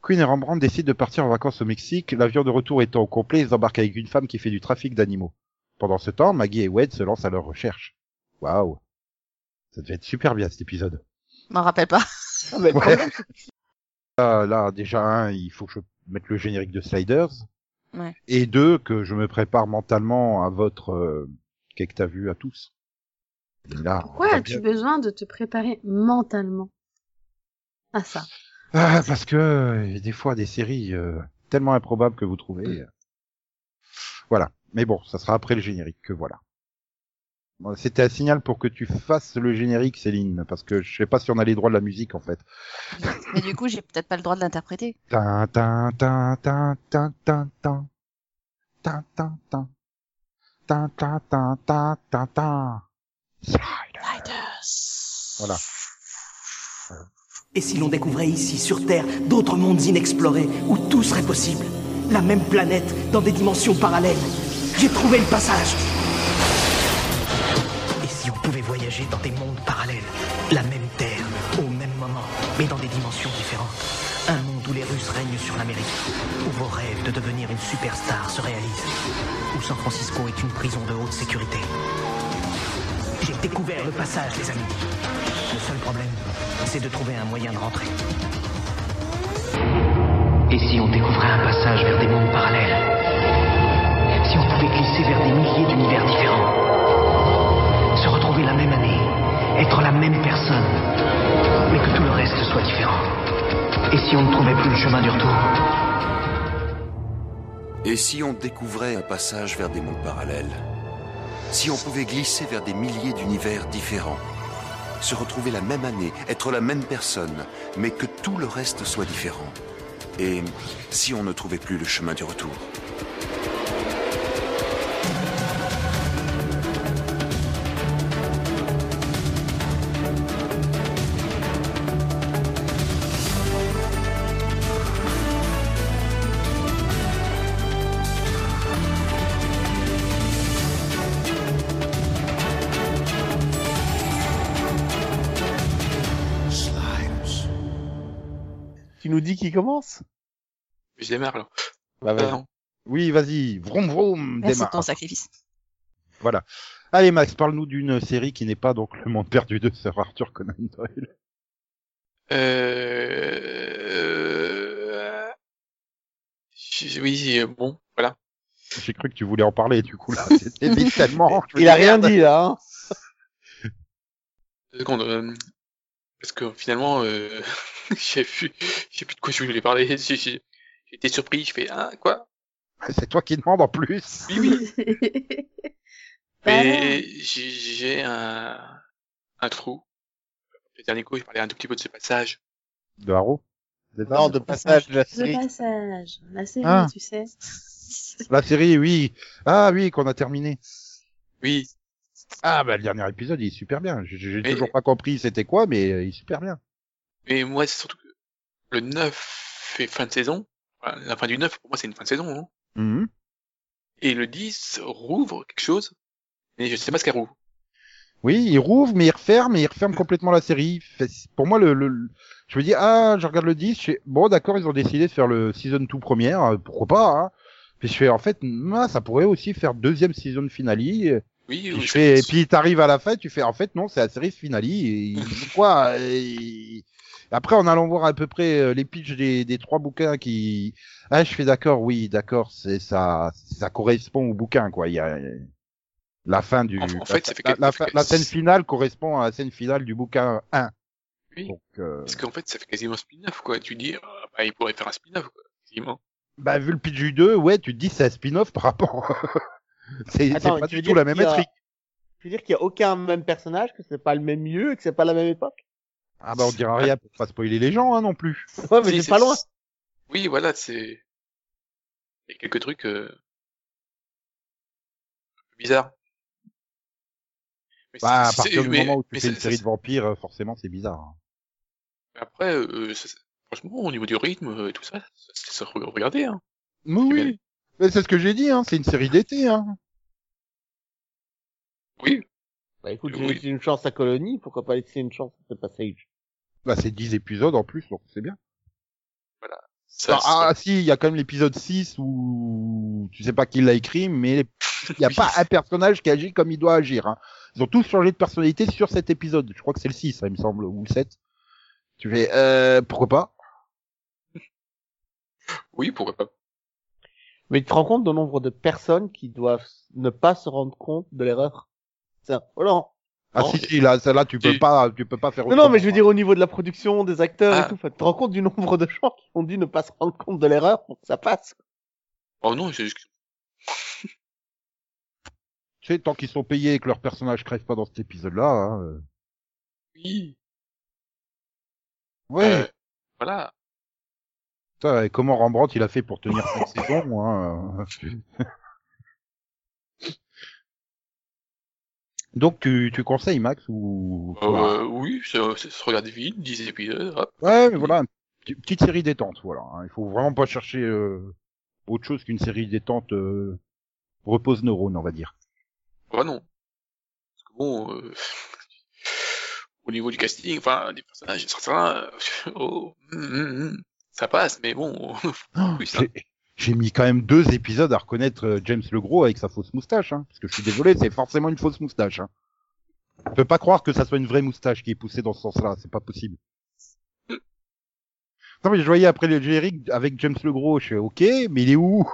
Queen et Rembrandt décident de partir en vacances au Mexique. L'avion de retour étant au complet, ils embarquent avec une femme qui fait du trafic d'animaux. Pendant ce temps, Maggie et Wade se lancent à leur recherche. Waouh Ça devait être super bien cet épisode.
Je m'en rappelle pas.
Ah, mais le
Ouais.
problème,
Là, là, déjà, un, il faut que je mette le générique de Sliders.
Ouais.
Et deux, que je me prépare mentalement à votre... Euh, Qu'est-ce que t'as vu à tous Et là,
Pourquoi
on va
as-tu
Ah, bah, bien-
besoin de te préparer mentalement à ça
Ah, parce que euh, il y a des fois, des séries euh, tellement improbables que vous trouvez... euh. Voilà. Mais bon, ça sera après le générique que voilà. Bon, C'était un signal pour que tu fasses le générique, Céline, parce que je sais pas si on a les droits de la musique, en fait.
Mais du coup, j'ai peut-être pas le droit de l'interpréter.
Tin, tin, tin, tin, tin, tin, tin. Tin, tin, tin. Tin, tin, tin, tin, tin, tin. Slider. Voilà.
Et si l'on découvrait ici, sur Terre, d'autres mondes inexplorés, où tout serait possible La même planète, dans des dimensions parallèles J'ai trouvé le passage Et si on pouvait voyager dans des mondes parallèles La même Terre, au même moment, mais dans des dimensions différentes Un monde où les Russes règnent sur l'Amérique, où vos rêves de devenir une superstar se réalisent, où San Francisco est une prison de haute sécurité. J'ai découvert le passage, les amis. Le seul problème, c'est de trouver un moyen de rentrer. Et si on découvrait un passage vers des mondes parallèles Si on pouvait glisser vers des milliers d'univers différents Se retrouver la même année, être la même personne, mais que tout le reste soit différent Et si on ne trouvait plus le chemin du retour
Et si on découvrait un passage vers des mondes parallèles Si on pouvait glisser vers des milliers d'univers différents Se retrouver la même année, être la même personne, mais que tout le reste soit différent Et si on ne trouvait plus le chemin du retour
Tu nous dis qui commence
Mais je démarre là.
Bah,
Ah,
vas-y.
non.
Oui, vas-y. Vroom vroom,
Merci pour
démarre.
ton sacrifice.
Voilà. Allez Max, parle-nous d'une série qui n'est pas donc Le Monde Perdu de Sir Arthur Conan Doyle.
Euh... euh, j- Oui, euh, bon, voilà.
J'ai cru que tu voulais en parler du coup là. C'était dit tellement. que je
Il a
me
rien
dis,
dit là. Hein
Deux secondes, euh, parce que finalement, euh, j'ai vu, je sais plus de quoi je voulais parler. j'ai- j'ai- J'étais surpris, je fais ah quoi
merde. C'est toi qui demande en plus.
Oui oui.
Bah
Mais j'ai- j'ai un un trou. Le dernier coup, j'ai parlé un tout petit peu de ce passage.
De Haro. c'est ça
Non, de passage de la
Le
série.
passage, la série,
Ah.
tu sais.
La série, oui. Ah oui, qu'on a terminé.
Oui.
Ah bah le dernier épisode, il est super bien. J'ai- J'ai
Mais-
toujours pas compris c'était quoi, mais euh, il est super bien.
Mais moi, c'est surtout que le 9 fait fin de saison. Enfin, La fin du 9, pour moi, c'est une fin de saison. hein.
Mhm.
Et le 10 rouvre quelque chose. Et je sais pas ce qu'elle rouvre.
Oui, il rouvre, mais il referme, et il referme complètement la série. Fait- Pour moi, le, le- le- je me dis, ah, je regarde le 10, je fais, bon, d'accord, ils ont décidé de faire le season 2 première, euh, pourquoi pas, hein. Puis je fais, en fait, mince, ça pourrait aussi faire deuxième season finale. euh,
Oui,
Puis
oui,
je
je-
fais, et puis t'arrives à la fin, tu fais, en fait, non, c'est la série finale. Et, quoi et- Après, en allant voir à peu près euh, les pitchs des, des trois bouquins qui, ah, je fais d'accord, oui, d'accord, c'est ça, ça correspond au bouquin, quoi. Il y a la fin du,
En- en fait, ça fait
la,
quelque-
la fin- la scène finale correspond à la scène finale du bouquin 1.
Oui.
Donc, euh,
Parce qu'en fait, ça fait quasiment un spin-off, quoi. Tu dis, ah, bah, il pourrait faire un spin-off, quoi. Quasiment.
bah, vu le pitch du 2, ouais, tu te dis, c'est un spin-off par rapport. c'est c'est
Attends,
pas du
tu veux
tout
dire
la même
qu'il y a-
intrigue.
Tu veux dire qu'il n'y a aucun même personnage, que c'est pas le même lieu, et que c'est pas la même époque
Ah, bah, on dira rien pour pas spoiler les gens, hein, non plus.
Ouais, mais
Si,
c'est pas loin.
Oui, voilà, c'est. Il y a quelques trucs. Euh... bizarres. Mais
Bah, à
c'est- c'est-
partir du
mais-
moment où tu
mais
fais une
c'est-
série
c'est-
de vampires, euh, forcément, c'est bizarre. hein.
Après, euh, c'est- franchement, au niveau du rythme euh, et tout ça, c'est ça, regarder, hein.
Mais oui, mais c'est ce que j'ai dit, hein, c'est une série d'été. Hein.
Oui,
Bah écoute, j'ai
Oui.
laissé une chance à Colonie, pourquoi pas laisser une chance à ce passage
Bah, c'est 10 épisodes en plus, donc c'est bien.
ça,
Enfin, ah, si, il y a quand même l'épisode 6 où tu sais pas qui l'a écrit, mais il n'y a pas un personnage qui agit comme il doit agir. Hein. Ils ont tous changé de personnalité sur cet épisode. Je crois que c'est le 6, hein, il me semble, ou le 7. Tu fais, euh, pourquoi pas ah.
oui, pourquoi pas.
Mais tu te rends compte du nombre de personnes qui doivent ne pas se rendre compte de l'erreur C'est insolent.
Ah
Non,
si, si, là, ça, là, tu peux
tu-
pas, tu peux pas faire.
Non, non, mais je veux
autrement,
dire au niveau de la production, des acteurs
Ah.
et tout, faut- tu te rends compte du nombre de gens qui ont dû ne pas se rendre compte de l'erreur pour que ça passe
Oh non, c'est juste-
hein. Tu sais, tant qu'ils sont payés et que leur personnage crève pas dans cet épisode-là. Hein, euh.
Oui.
Ouais.
euh, voilà.
Putain, et comment Rembrandt il a fait pour tenir cinq saisons hein Donc tu, tu conseilles Max ou
Euh, oui, ça, ça se regarde vite, 10 épisodes, hop.
Ouais, mais voilà, une petite- petite série détente, voilà. hein. Il faut vraiment pas chercher euh, autre chose qu'une série détente euh, repose neurone, on va dire.
Bah non. Parce que bon, euh, au niveau du casting, enfin, des personnages, certains, euh, oh, hum, hum, hum, ça passe, mais bon, oui, ça.
J'ai- J'ai mis quand même deux épisodes à reconnaître euh, James Le Gros avec sa fausse moustache, hein, parce que je suis désolé, c'est forcément une fausse moustache. Hein. On peut pas croire que ça soit une vraie moustache qui est poussée dans ce sens-là, c'est pas possible. Non mais je voyais après le générique avec James Le Gros, je suis ok, mais il est où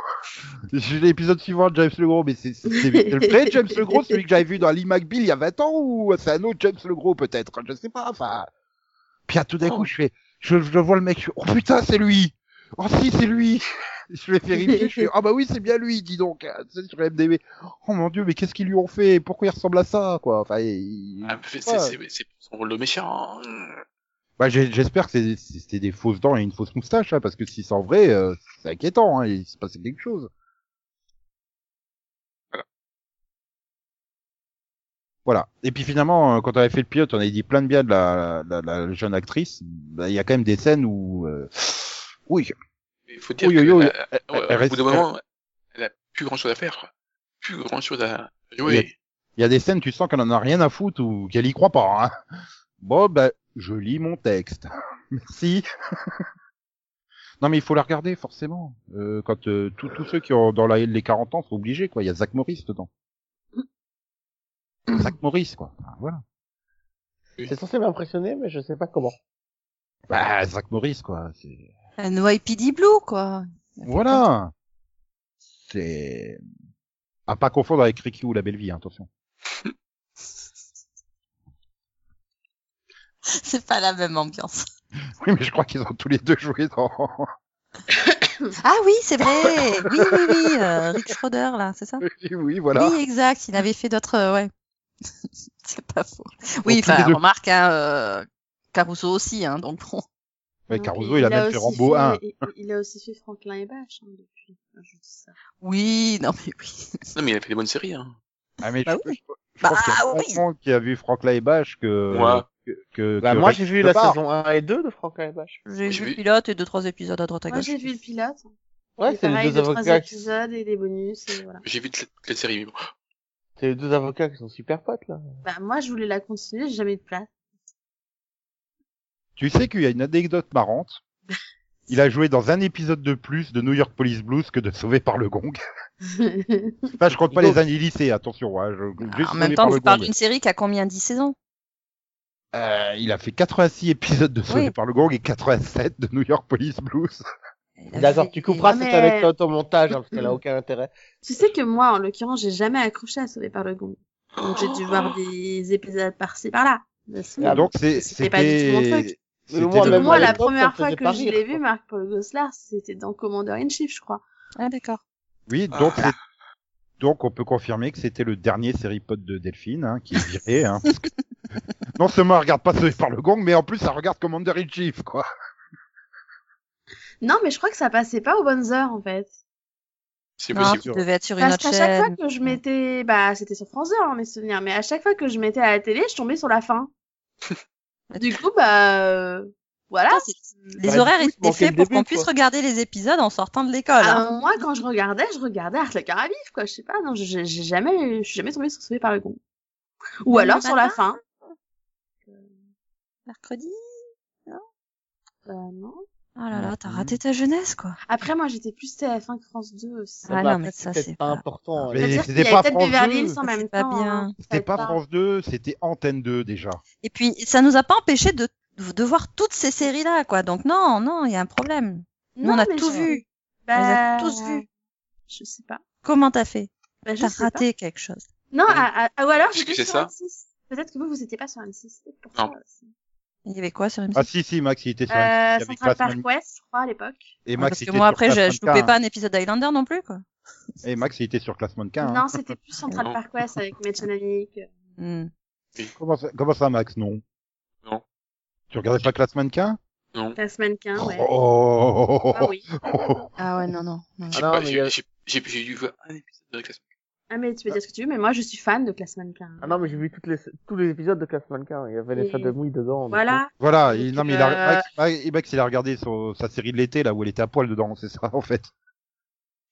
J'ai l'épisode suivant de James Le Gros, mais c'est c'est- c'est le vrai James Le Gros, celui que j'avais vu dans Lee McBeal il y a 20 ans, ou c'est un autre James Le Gros peut-être, je sais pas, enfin... Puis à tout d'un coup, je fais, je, je vois le mec, je fais, oh putain, c'est lui Oh si, c'est lui je vais vérifier, je fais ah bah oui c'est bien lui, dis donc, hein, tu sais, sur MDB. Oh mon dieu, mais qu'est-ce qu'ils lui ont fait Pourquoi il ressemble à ça quoi Enfin, il-
Ah, c'est- c'est c'est- c'est son rôle de méchant. hein.
bah, j'ai- j'espère que c'est- c'était des fausses dents et une fausse moustache, hein, parce que si c'est en vrai, euh, c'est inquiétant, hein, il se passait quelque chose.
Voilà.
Voilà. Et puis finalement, euh, quand on avait fait le pilote, on avait dit plein de bien de la, la, la jeune actrice. Bah, Il y a quand même des scènes où, euh, oui,
Il faut dire
Oui,
que,
oui, oui,
euh,
elle-
euh,
elle
au bout
reste-
d'un moment, elle a plus grand chose à faire, quoi. Plus grand chose à jouer.
Il y a des scènes, tu sens qu'elle en a rien à foutre ou qu'elle y croit pas. Hein. Bon, ben, je lis mon texte. Merci. non, mais il faut la regarder, forcément. Euh, quand euh, tous tous ceux qui ont dans la, les 40 ans sont obligés, quoi. Il y a Zach Morris dedans. Zach Morris, quoi. Enfin, voilà.
C'est censé m'impressionner, mais je sais pas comment.
Bah, Zach Morris, quoi. C'est...
Un NYPD Blue, quoi.
Voilà. C'est... À pas confondre avec Ricky ou la belle vie, hein, attention.
C'est pas la même ambiance.
Oui, mais je crois qu'ils ont tous les deux joué dans...
Ah oui, c'est vrai. Oui, oui, oui. euh, Rick Schroeder, là, c'est ça
Oui, oui, voilà.
Oui, exact. Il avait fait d'autres. euh, ouais. c'est pas faux. Oui, enfin,
deux.
remarque, hein, euh, Caruso aussi, hein, donc bon.
Ouais, Caruso,
Et
il a même
aussi
fait Rambo 1.
il, il a aussi fait Franklin et Bash, hein, depuis. Enfin, je dis ça.
Oui, non, mais oui.
Non, mais il a fait des bonnes séries, hein.
Ah, mais
Bah
je, je- je
Bah
pense qu'il y a
oui.
plus de monde qui a vu Franck Laibach que...
Moi.
que, que-
Bah,
que
moi,
Rick
j'ai vu la
Debar.
saison 1 et 2 de Franklin et Bash.
J'ai
J'ai
vu le
vu-
pilote et deux, trois épisodes à droite à
Moi,
gauche.
j'ai vu le pilote. hein.
Ouais,
Et
c'est les
pareil,
deux
trois
avocats qui,
épisodes et des bonus, et voilà.
J'ai vu toute la- toute la série, mais bon.
c'est les deux avocats qui sont super potes, là.
Bah, moi, je voulais la continuer, j'ai jamais eu de place.
Tu sais qu'il y a une anecdote marrante. Il a joué dans un épisode de plus de New York Police Blues que de Sauvé par le Gong. Enfin, je compte pas les années lycée, attention. hein, je- juste
Bah, en
Sauvé
même
par
temps,
le
tu parles
Gong.
d'une série qui a combien 10 saisons
Euh, il a fait 86 épisodes de Sauvé
Oui.
par le Gong et 87 de New York Police Blues.
D'accord, tu couperas
Ah, mais-
cette anecdote au montage, hein, parce qu'elle a aucun intérêt.
Tu sais que moi, en l'occurrence, j'ai jamais accroché à Sauvé par le Gong. Donc, j'ai dû voir des épisodes par-ci, par-là. Mais sinon,
Ah,
Donc c'est
c'était pas du tout mon truc.
c'était c'était
moi,
le-
même
Moi,
à
la
l'époque, ça
première
me
fois
faisait
que
pas
je
rire,
l'ai
quoi.
vu, Marc Paul Gosselaar, c'était dans Commander in Chief, je crois.
Ah, d'accord.
oui
Ah.
donc c'est- donc on peut confirmer que c'était le dernier série pote de Delphine hein, qui est viré hein, parce que- non seulement elle regarde pas Sauvé par le Gong mais en plus elle regarde Commander in Chief quoi.
Non, mais je crois que ça passait pas aux bonnes heures, en fait.
C'est
Non,
possible.
tu devais être sur une
Parce
autre
qu'à chaque fois
chaîne.
que je mettais, bah, c'était sur France 2, hein, mes souvenirs, mais à chaque fois que je mettais à la télé, je tombais sur la fin. du coup, bah, euh, voilà. Hum,
Attends, Les
Bah, du
horaires
coup, il
étaient
manquait
faits
le
pour
début,
qu'on
quoi.
puisse regarder les épisodes en sortant de l'école. hein.
Ah, moi, quand je regardais, je regardais Art la Carabive, quoi. Je sais pas, non, j'ai j'ai jamais, je suis jamais tombée sur Sauvé par le Gong. Ou
Même
alors
le
sur la
matin
fin.
Mercredi
Euh, non.
Oh là là, t'as raté ta jeunesse, quoi.
Après, moi, j'étais plus TF1 que France 2 aussi.
Ah,
Bah,
non,
après,
mais ça, c'est
pas
pas-
important.
Mais-
hein.
C'est-à-dire
c'était
qu'il y
pas
avait peut-être
France
Beverly
2,
Hills en
mais
même
c'est pas
temps.
bien.
hein. Ça
C'était
aide
pas France 2, c'était Antenne 2 déjà.
Et puis, ça nous a pas empêché de, de voir toutes ces séries-là, quoi. Donc, non, non, il y a un problème. Nous,
Non,
on a
mais
tout
je-
vu.
Bah,
On les a tous vus.
Je sais pas.
Comment t'as fait
Bah, je
T'as
sais
raté quelque chose.
pas. Non,
Ouais.
à- à- ah, ou alors
Est-ce
j'étais
que c'est
sur
ça
M6. Peut-être que vous, vous étiez pas sur M6. peut-être pour
Non.
ça aussi.
Il y avait quoi sur M6
Ah si si Max il était sur
Euh,
M6 avec
Central
Classman-
Park West, je crois, à l'époque.
et
Ouais,
Max
Parce que
était
moi,
sur
après, je,
Classman
je loupais
15,
pas un épisode d'Highlander non plus, quoi.
hein. Et Max il était sur Classement hein. 15.
Non, c'était plus Central
Non.
Park West avec euh, Metchanavik.
Hmm.
Comment ça, comment ça, Max Non.
Non.
Tu regardais pas Classement 15
Non.
La semaine 15, Ah, ouais.
Oh
Ah oui.
Ah ouais, non, non. non.
J'ai
non,
pas-
mais
j'ai-
il y a-
j'ai- j'ai- j'ai dû voir un épisode de Classement.
Ah, mais tu peux dire ce que tu veux, mais moi, je suis fan de Classman 15.
Ah non, mais j'ai vu toutes les, tous les épisodes de Class Mannequin. Il y avait les
Et-
sodomie dedans. donc-
Voilà.
Voilà,
Et
il, non,
puis,
mais il a,
euh,
Max, Max- Max, il a regardé son- sa série de l'été, là où elle était à poil dedans, c'est ça, en fait.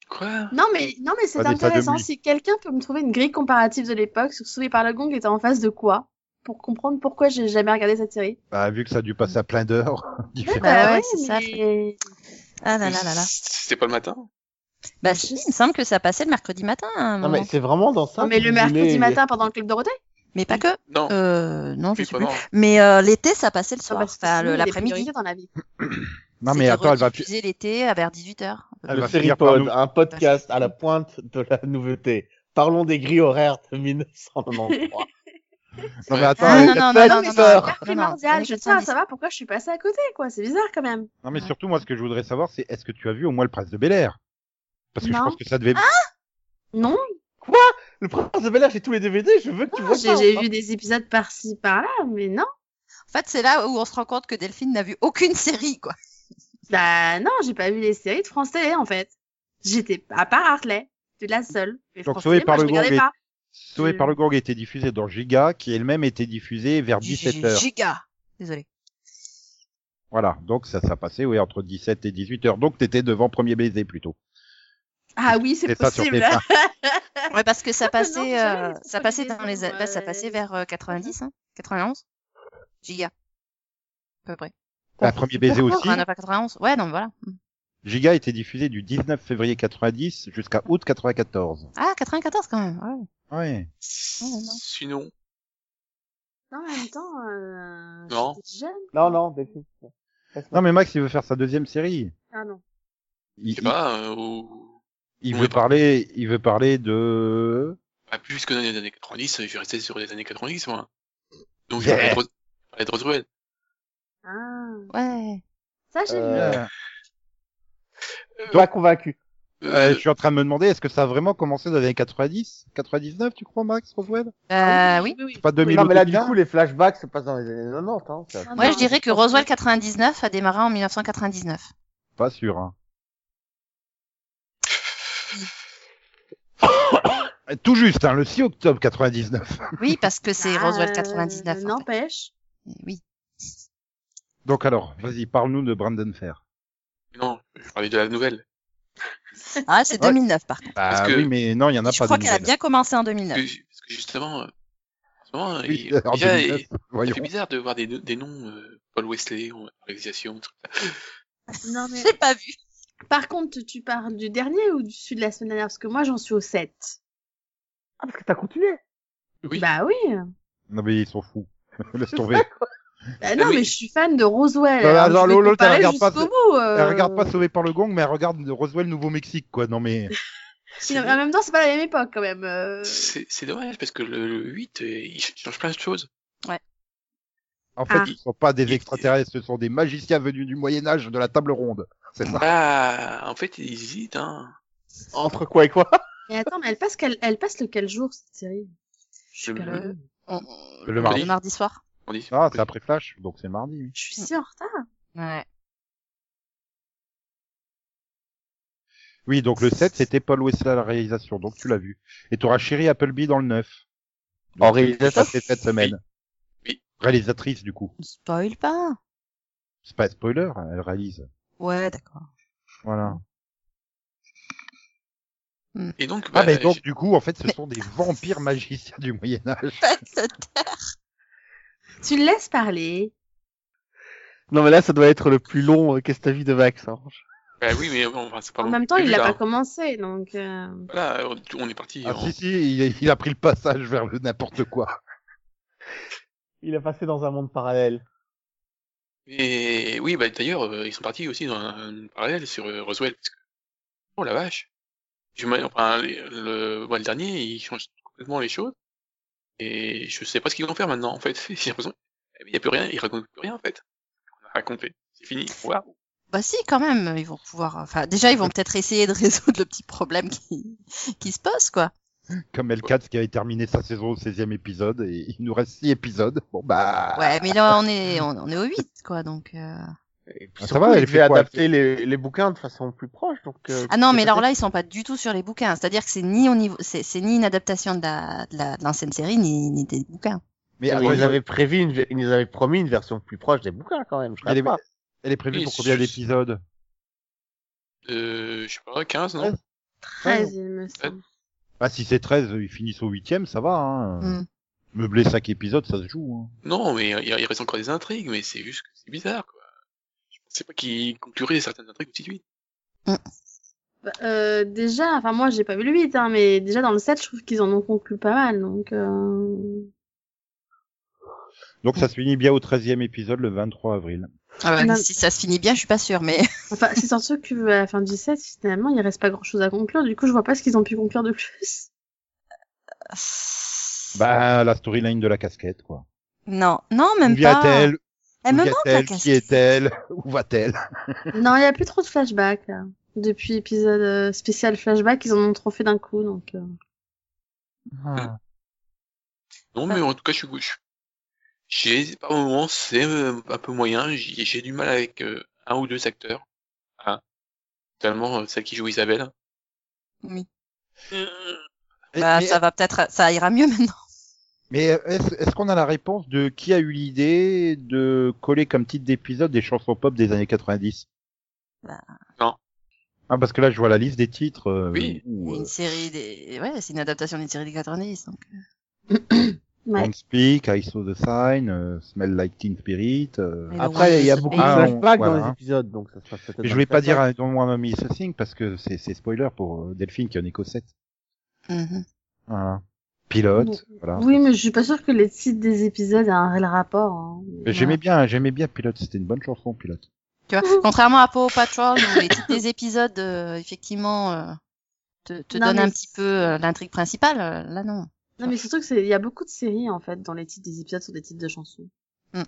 Quoi
Non, mais, non, mais c'est
Pas des tas de
intéressant.
mouilles.
Si quelqu'un peut me trouver une grille comparative de l'époque sur Sauvé par le Gong était en face de quoi? Pour comprendre pourquoi j'ai jamais regardé cette série.
Bah, vu que ça a dû passer à plein d'heures différentes.
bah ouais,
oui,
c'est ça, le
mais-
Ah là là là là.
C'était pas le matin
Bah, si, il me semble que ça passait le mercredi matin. à un
Non,
moment.
Ah, mais c'est vraiment dans ça.
Non, Oh, mais
que
le
vous
mercredi
voulez-
matin pendant le Club Dorothée?
Mais pas que.
Non.
Euh, non, je
Oui,
sais
pas
plus.
non.
Mais euh, l'été, ça passait le
Ah
soir,
bah, c'est
enfin, le-
fini, les
l'après-midi.
priorités dans la vie.
non, mais attends, elle va, fi-
diffuser l'été à vers 18h.
elle
Le
va
série
finir par nous-
pod, un podcast à la pointe de la nouveauté. Parlons des grilles horaires de 1993.
Non, mais attends,
Ah,
elle-
non, non,
faites
non, non, non,
peur.
non, non,
primordial.
non,
Je
non,
tiens à
non,
savoir pourquoi je suis passée à côté, quoi. C'est bizarre quand même.
non, mais surtout, moi, ce que je voudrais savoir, c'est est-ce que tu as vu au moins le prince de Bel Air? Parce que je
Non. Ah
pense que ça devait.
Non,
le prince de Bel Air, j'ai tous les DVD, je veux que tu vois
Ah, j'ai
ça.
j'ai
enfin.
vu des épisodes par-ci, par-là, mais non.
En fait, c'est là où on se rend compte que Delphine n'a vu aucune série, quoi.
Bah non, j'ai pas vu les séries de France Télé, en fait. J'étais à part Hartley, de la seule. Mais
Donc,
France
Sauvé
Télé,
par
moi,
le
je regardais
Gong
pas.
Sauvé
Je-
par le Gong était diffusé dans Giga, qui elle-même était diffusée vers 17 heures.
Giga. Désolé.
Voilà. Donc, ça, ça passait, oui, entre 17 et 18 heures. Donc, t'étais devant Premier Baiser, plutôt.
Ah oui, c'est
C'est ça sur
possible.
TF1.
Ouais, parce que ça
Ah, mais non,
passait,
j'ai jamais
euh,
les
ça passait
premiers
dans les,
saisons,
bah, ça
euh,
passait vers euh, 90, hein, 91. Giga. À peu près.
Un premier baiser aussi.
Oh, Ah, non, pas 91. Ouais, non, mais voilà.
Giga était diffusé du 19 février 90 jusqu'à août 94.
Ah, 94 quand même. Ouais.
Ouais.
Sinon,
Non, en même temps, euh...
Non.
j'étais jeune.
Non, non, Delphine.
Non mais Max il veut faire sa deuxième série.
Ah non.
Il,
je sais pas, euh, au-
il veut parler, il veut parler de.
pas plus que dans les années 90, je suis resté sur les années 90, moi. Donc,
Yeah.
je parlais de Roswell.
Ah.
Ouais.
Ça, j'ai
Euh,
vu.
Toi convaincu.
Euh, je suis en train de me demander est-ce que ça a vraiment commencé dans les années 90, 99 tu crois Max Roswell
Ah
Euh, oui.
C'est pas 2000
Non, mais là,
ou
du
2001?
coup, les flashbacks se passent dans les années 90. Hein,
Ah,
ça.
Moi, je dirais que Roswell 99 a démarré en 1999.
Pas sûr. Hein. Tout juste, hein, le 6 octobre 99.
Oui, parce que c'est
Ah,
Roswell
euh,
99. en fait.
N'empêche.
Oui.
Donc alors, vas-y, parle-nous de Brandon Fair.
Non, je parlais de la nouvelle.
Ah, c'est
Ouais.
2009 par contre.
Bah,
Parce que-
oui, mais non, il y en a
Je
pas
crois
de
qu'elle a
nouvelles.
bien commencé en 2009.
Parce que, parce que justement, euh, en ce moment,
Oui,
il-
en
déjà,
2009,
il-
voyons.
ça fait bizarre de voir des, des noms, euh, Paul Wesley, ou réalisation, truc comme ça.
Non, mais...
J'ai pas vu.
Par contre, tu parles du dernier ou du celui de la semaine dernière Parce que moi, j'en suis au 7.
Ah, parce que t'as continué.
Oui.
Bah oui.
Non, mais ils sont fous. Laisse tomber.
Bah non,
Ah oui.
mais je suis fan de Roswell.
Bah, alors,
alors je vais
Lolo, t'as
comparer
regarde pas
jusqu'au bout, euh.
Elle regarde pas Sauvé par le Gong, mais elle regarde Roswell Nouveau-Mexique, quoi. Non, mais.
Si, non, mais en même temps, c'est pas la même époque quand même. euh.
C'est c'est dommage parce que le, le 8, euh, il ch- change plein de choses.
En fait,
Ah.
ils sont pas des extraterrestres, ce sont des magiciens venus du Moyen-Âge de la table ronde. C'est ça.
Bah, en fait, il hésite, hein.
Entre quoi et quoi
Mais attends, mais elle passe, quel... elle passe le quel jour cette série Je suis
Le-
curieuse.
On-
Le
on-
mardi.
le mardi soir.
On dit.
Ah, c'est après Flash, donc c'est mardi, oui.
Je suis
Hmm.
si en retard.
Ouais.
Oui, donc le 7, c'était Paul Wesley à la réalisation, donc tu l'as vu. Et tu auras Sherry Appleby dans le 9.
En
Donc,
réalisateur
c'est passé cette semaine.
Oui.
Réalisatrice, du coup.
Ne Spoil pas.
C'est pas un spoiler, hein, elle réalise.
Ouais, d'accord.
Voilà.
Et donc,
Ah,
bah,
mais donc,
j-
du coup, en fait, ce sont des vampires magiciens du Moyen-Âge.
Bah,
Tu le laisses parler.
Non, mais là, ça doit être le plus long euh, qu'est-ce ta vie de Vax. hein.
bah oui, mais bon, enfin, c'est pas
En
bon
même temps,
prévu,
il l'a
là.
pas commencé, donc. euh,
Voilà, on, on est parti.
Ah,
en-
si, si, il, il a pris le passage vers le n'importe quoi.
Il a passé dans un monde parallèle.
Et oui, bah d'ailleurs, euh, ils sont partis aussi dans un, un parallèle sur euh, Roswell. Parce que... Oh la vache. Je m'a- enfin, les- le... ouais, le dernier, il change complètement les choses. Et je sais pas ce qu'ils vont faire maintenant, en fait. J'ai l'impression qu'il n'y a plus rien, ils racontent plus rien, en fait. On a raconté. C'est fini. Waouh.
Bah si, quand même, ils vont pouvoir. Enfin, déjà, ils vont peut-être essayer de résoudre le petit problème qui, qui se pose, quoi.
Comme L4 qui avait terminé sa saison au 16e épisode, et il nous reste 6 épisodes. Bon, bah.
Ouais, mais là, on est, on, on est au 8, quoi, donc. euh.
Et puis
Ah, ça
surtout,
va, elle
il
fait
devait
quoi,
adapter les, les bouquins de façon plus proche. Donc, euh,
Ah non, mais
c'est
alors là, ils sont pas du tout sur les bouquins. C'est-à-dire que c'est ni au niveau, c'est c'est ni une adaptation de la, de la- de l'ancienne série, ni, ni des bouquins.
Mais
Oui,
attends,
ils avaient prévu, une... ils nous avaient promis une version plus proche des bouquins quand même. Je
elle
rêve
est,
pas.
elle est prévue
Oui,
pour combien
je-
d'épisodes
Euh, je sais pas, 15, non
Ouais.
13, il me semble.
Ah, si c'est 13, ils finissent au 8 ça va, hein.
Hmm.
Meubler 5 épisodes, ça se joue, hein.
Non, mais il, il reste encore des intrigues, mais c'est juste que c'est bizarre, quoi. Je pensais pas qu'ils concluraient certaines intrigues aussi vite.
Bah, euh, déjà, enfin, moi, j'ai pas vu le 8, hein, mais déjà dans le 7, je trouve qu'ils en ont conclu pas mal, donc. euh,
Donc ça se finit bien au 13e épisode le 23 avril.
Ah bah,
Non.
Si ça se finit bien, je suis pas sûre, mais
Enfin, c'est surtout que à la fin du 7, finalement, il reste pas grand chose à conclure, du coup, je vois pas ce qu'ils ont pu conclure de plus.
Bah la storyline de la casquette quoi.
non, non, même
Où vient-elle
pas. Elle me
Où
manque la
vient-elle Qui
casquette.
est-elle Où va-t-elle
non, il y a plus trop de flashbacks, là. Depuis épisode euh, spécial flashback, ils en ont trop fait d'un coup, donc. euh,
Non, mais en tout cas, je suis gauche. J'ai, par moments, c'est euh, un peu moyen. J'ai j'ai du mal avec euh, un ou deux acteurs. Ah. Notamment euh, celle qui joue Isabelle.
Oui.
Euh,
Bah,
Mais-
ça va peut-être, ça ira mieux maintenant.
Mais est-ce est-ce qu'on a la réponse de qui a eu l'idée de coller comme titre d'épisode des chansons pop des années 90
Bah.
Non.
Ah parce que là je vois la liste des titres. euh,
Oui.
où, euh,
Une série des, ouais, c'est une adaptation d'une série des 90, donc.
Ouais.
Don't Speak, I Saw the Sign, euh, Smell Like Teen Spirit. euh,
Après, il y a beaucoup de
Ah, on-
flashbacks dans
voilà.
les épisodes, donc ça se passe peut-être.
Mais je
dans
vais
les
pas dire
flashbacks.
euh, Don't Wanna Miss a Thing parce que c'est c'est spoiler pour euh, Delphine qui en est qu'au 7.
Mhm.
Voilà. Pilote,
Ah,
voilà.
Oui, mais je suis pas sûre que les titres des épisodes aient un réel rapport. hein.
Mais J'aimais bien, j'aimais bien Pilote, c'était une bonne chanson, Pilote.
Tu vois, contrairement à Paw Patrol, où les titres des épisodes, euh, effectivement, euh, te, te
Non,
donnent
mais
un petit peu euh, l'intrigue principale, euh, là non.
Non, mais surtout que c'est, il y a beaucoup de séries en fait dans les titres des épisodes sont des titres de chansons.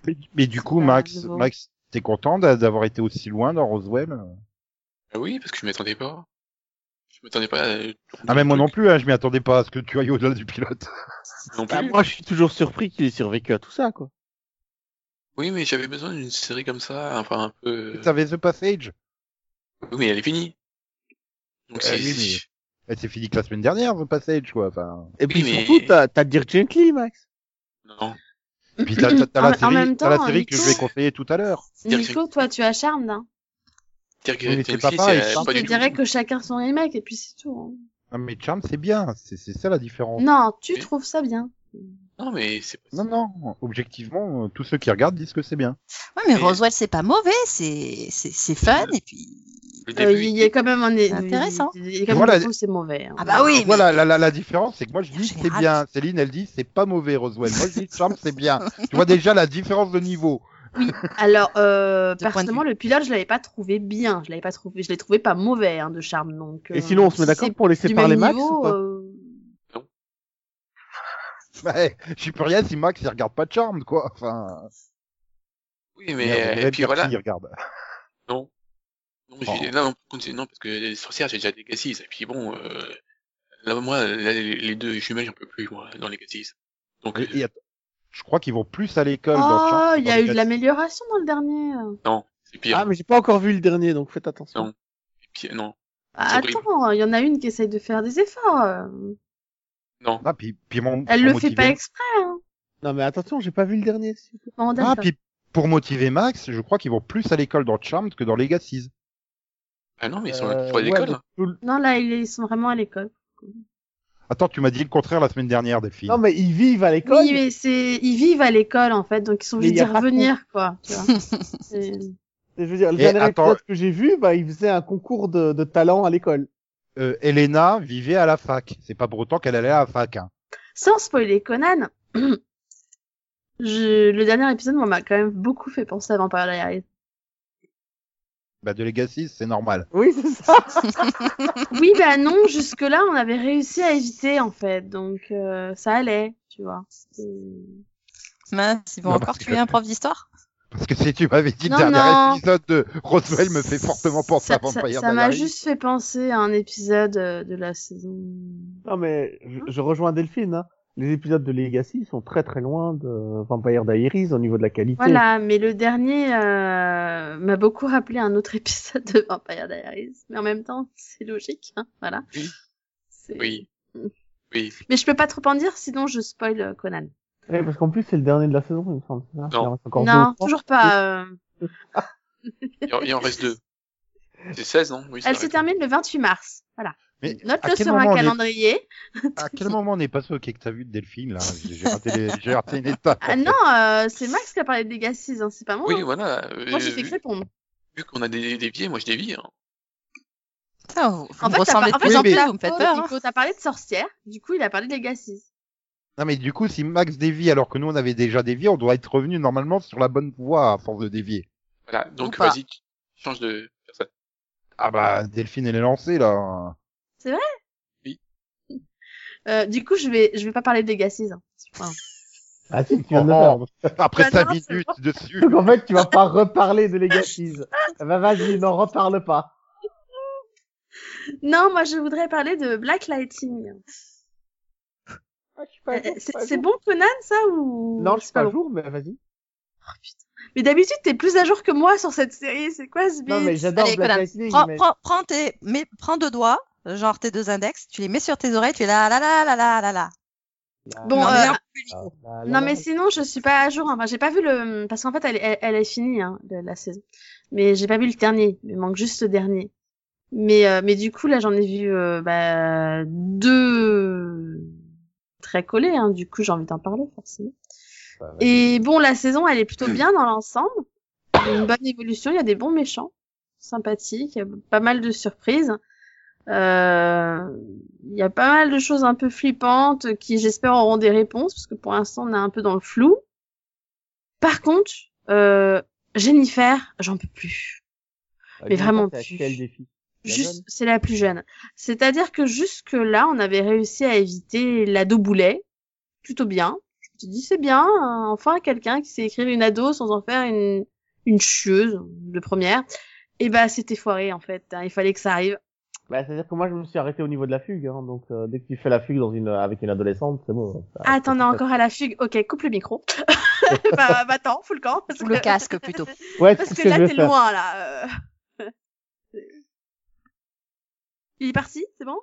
Mais, mais du coup,
Ah,
Max,
nouveau.
Max, t'es content d'a- d'avoir été aussi loin dans Roswell
Ah oui, parce que je m'attendais pas. Je m'attendais pas euh,
Ah mais moi non plus, hein, je m'y attendais pas à ce que tu ailles au-delà du pilote.
non plus.
Ah,
Bah, moi, je suis toujours surpris qu'il ait survécu à tout ça, quoi.
Oui, mais j'avais besoin d'une série comme ça, enfin un peu. euh,
T'avais The Passage
Oui, mais elle est finie. Donc
Euh,
c'est.
oui, mais- Elle s'est finie que la semaine dernière, The Passage, quoi. Enfin...
Et
Oui,
puis
mais-
surtout, t'as, t'as Dear Gently, Max.
Non.
Puis t'as t'as- t'as
En-
la
Ah, en
série,
même
t'as la
temps,
série que je
Nico-
vais conseiller tout à l'heure.
Nico, toi, tu as Charmed. Hein.
Dire que
Oui, mais
Tennessee,
c'est pas pareil,
c'est
ça.
euh, pas
Je
du
te
tout.
dirais que chacun son remake et puis c'est tout. hein.
Non Ah, mais Charm c'est bien, c'est c'est ça la différence.
Non, tu
Mais-
trouves ça bien.
Non, mais c'est.
Non non, objectivement, euh, tous ceux qui regardent disent que c'est bien.
Ouais, mais
Et-
Roswell, c'est pas mauvais, c'est c'est c'est fun et puis
Le
Euh,
début.
Il y a quand même un.
c'est intéressant.
Il y a quand même
Voilà.
des fois où c'est mauvais. hein.
Ah bah oui, mais
Voilà la, la, la différence, c'est que moi je dis c'est
général,
bien, Céline elle dit c'est pas mauvais Roswell, moi je dis Charm c'est bien. Tu vois déjà la différence de niveau.
Alors, euh,
point de
personnellement, le pilote, je l'avais pas trouvé bien. Je l'avais pas trouvé. Je l'ai trouvé pas mauvais hein, de Charme. Donc.
Et sinon, on se met d'accord pour laisser parler Max ou
euh,
pas
Ouais, J'y peux rien si Max il regarde pas Charm quoi. Enfin,
Oui, mais.
merde,
euh, et
Red
puis voilà.
Percy, il regarde.
Non. Non, j'ai- là, non, par contre, c'est- non, parce que les sorcières, j'ai déjà des cassis. Et puis bon, euh, là, moi, là, les les deux jumelles, j'en peux plus, moi, dans les cassis. Donc, euh,
Et- et att- je crois qu'ils vont plus à l'école
hein,
dans
Oh,
Charm.
il y a eu de l'amélioration dans le dernier.
non, c'est pire.
Ah, mais j'ai pas encore vu le dernier, donc faites attention.
Non. C'est pire, non.
Ah,
horrible.
attends, il y en a une qui essaye de faire des efforts. euh.
Non.
Ah, puis, puis mon-
Elle
pour
le fait
motiver-
pas exprès. Hein.
Non, mais attention, j'ai pas vu le dernier. s'il vous plaît.
Bon,
Ah,
d'accord.
puis pour motiver Max, je crois qu'ils vont plus à l'école dans Charmed que dans Legacies.
Ah non, mais ils sont
Euh,
pas à
ouais,
l'école.
donc
hein.
tout le-
Non, là, ils ils sont vraiment à l'école.
Attends, tu m'as dit le contraire la semaine dernière, Delphine.
Non, mais ils vivent à l'école.
Oui, mais c'est ils vivent à l'école en fait, donc ils sont
Mais
obligés
y
d'y
a pas de
revenir quoi. Tu vois. C'est-
Je veux dire, le
Et
dernier
attends-
épisode que j'ai vu, bah, ils faisaient un concours de, de talent à l'école.
Euh, Elena vivait à la fac. C'est pas pour autant qu'elle allait à la fac. Hein.
Sans spoiler Conan, je... le dernier épisode moi, m'a quand même beaucoup fait penser avant Vampire
Bah, de Legacy, c'est normal.
Oui, c'est ça.
Diaries. Oui, bah non, jusque là on avait réussi à éviter en fait, donc euh, ça allait, tu vois. C'est-
mince, ils vont
Non,
encore
parce que-
tuer un prof d'histoire.
Parce que si tu m'avais dit
Non,
le dernier
non.
épisode de Roswell me fait fortement penser
Ça
à Vampire
ça- ça m'a
Diaries.
juste fait penser à un épisode euh, de la saison.
Non, mais je, je rejoins Delphine. hein. Les épisodes de Legacy sont très très loin de Vampire Diaries au niveau de la
Mm.
qualité.
Voilà, mais le dernier euh, m'a beaucoup rappelé un autre épisode de Vampire Diaries, mais en même temps, c'est logique, hein, voilà.
Oui.
C'est-
Oui. Oui.
Mais je peux pas trop en dire, sinon je spoil euh, Conan.
Ouais, Eh, parce qu'en plus, c'est le dernier de la saison, il me semble. c'est ça Il en reste encore deux
non,
ou trois.
toujours pas. euh,
Il en- il en reste deux. C'est 16, non Oui, c'est
Elle se
vrai.
termine le 28 mars. Voilà.
Mais à
Note-le
quel
sur un
moment on est-
calendrier.
À quel moment on est passé au quai que t'as vu de Delphine, là? J'ai j'ai raté, les... j'ai raté une étape.
Ah non, euh, c'est Max qui a parlé de Legacy, hein, c'est pas moi.
Oui,
hein.
voilà. euh,
Moi, j'ai fait
vu-
que répondre.
Vu qu'on a des, des biais, moi je dévie. Hein.
Ça, vous, vous
En
me
fait, t'as
ressemblez
par-
de
en fait,
plus en plus,
t'as-
vous me faites
oh,
peur. hein.
Nico, t'as parlé de sorcière, du coup, il a parlé de Legacy.
Non, mais du coup, si Max dévie alors que nous on avait déjà dévié, on doit être revenu normalement sur la bonne voie à force de dévier.
Voilà, donc
pas.
vas-y, tu- change de personne.
Ah bah, Delphine, elle est lancée, là.
Euh, du coup, je vais, je vais pas parler de Legacy. hein. Voilà.
Ah si, tu viens de le faire.
Oh, après
Bah
cinq
non, c'est
minutes dessus.
Donc en fait, tu vas pas reparler de Legacy. bah vas-y, n'en reparle pas.
Non, moi je voudrais parler de Black Lighting. Euh, C'est c'est bon Conan ça ou
Non, je suis
C'est
pas
bon.
jour, mais vas-y.
Mais d'habitude t'es plus à jour que moi sur cette série. C'est quoi ce
Non, mais
bide
j'adore
Allez,
Black
Conan,
Lightning,
prends,
mais...
prends, prends tes, mais, prends deux doigts, genre tes deux index, tu les mets sur tes oreilles, tu es là, là, là, là, là, là, là.
Bon,
Non,
euh,
mais non,
Ah, là, là,
non mais
là.
sinon je suis pas à jour. hein. Enfin j'ai pas vu le parce qu'en fait elle, elle, elle est finie hein, la, la saison. Mais j'ai pas vu le dernier. Il manque juste le dernier. Mais euh, mais du coup là j'en ai vu euh, bah, deux très collé, hein, du coup j'ai envie d'en parler forcément. Et bon, la saison, elle est plutôt bien dans l'ensemble. Il y a Une bonne évolution, il y a des bons méchants, sympathiques, il y a pas mal de surprises. Euh, Il y a pas mal de choses un peu flippantes qui, j'espère, auront des réponses, parce que pour l'instant, on est un peu dans le flou. Par contre, euh, Jennifer, j'en peux plus. Mais vraiment plus.
Quel défi La
Juste, c'est la plus jeune. C'est-à-dire que jusque là, on avait réussi à éviter l'ado boulet, plutôt bien. Je me suis dit, c'est bien, hein, enfin quelqu'un qui sait écrire une ado sans en faire une, une chieuse de première. Et bah, c'était foiré en fait. hein, il fallait que ça arrive.
Bah, c'est-à-dire que moi, je me suis arrêté au niveau de la fugue, hein, donc euh, dès que tu fais la fugue dans une, avec une adolescente, c'est bon. hein, ça-
Ah, t'en as encore à la fugue. Ok, coupe le micro. bah, bah, attends, fous le camp. Parce
Ou
que-
le casque plutôt.
Ouais,
Parce
c'est ce
que
que
là,
je vais
t'es
faire.
loin, là. euh. Il est parti, c'est bon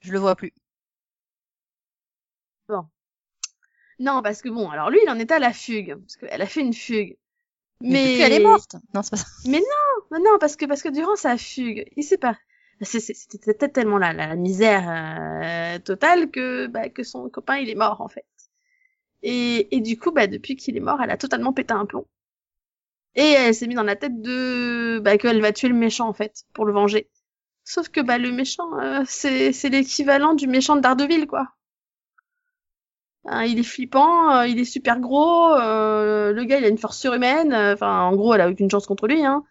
Je le vois plus.
Bon. Non, parce que bon, alors lui, il en était à la fugue. Parce qu'elle a fait une fugue.
Mais
Mais.
depuis, elle est morte. Non, c'est pas ça.
Mais non, mais non, parce que, parce que durant sa fugue, il s'est pas. c'est- c'est- C'était peut-être tellement la, la, la misère euh, totale que, bah, que son copain, il est mort, en fait. Et, et du coup, bah, depuis qu'il est mort, elle a totalement pété un plomb. Et elle s'est mis dans la tête de bah, qu'elle va tuer le méchant, en fait, pour le venger. Sauf que bah, le méchant, euh, c'est c'est l'équivalent du méchant de Daredevil, quoi. Hein, il est flippant, euh, il est super gros, euh, le gars il a une force surhumaine, euh, enfin en gros elle a aucune chance contre lui. Hein.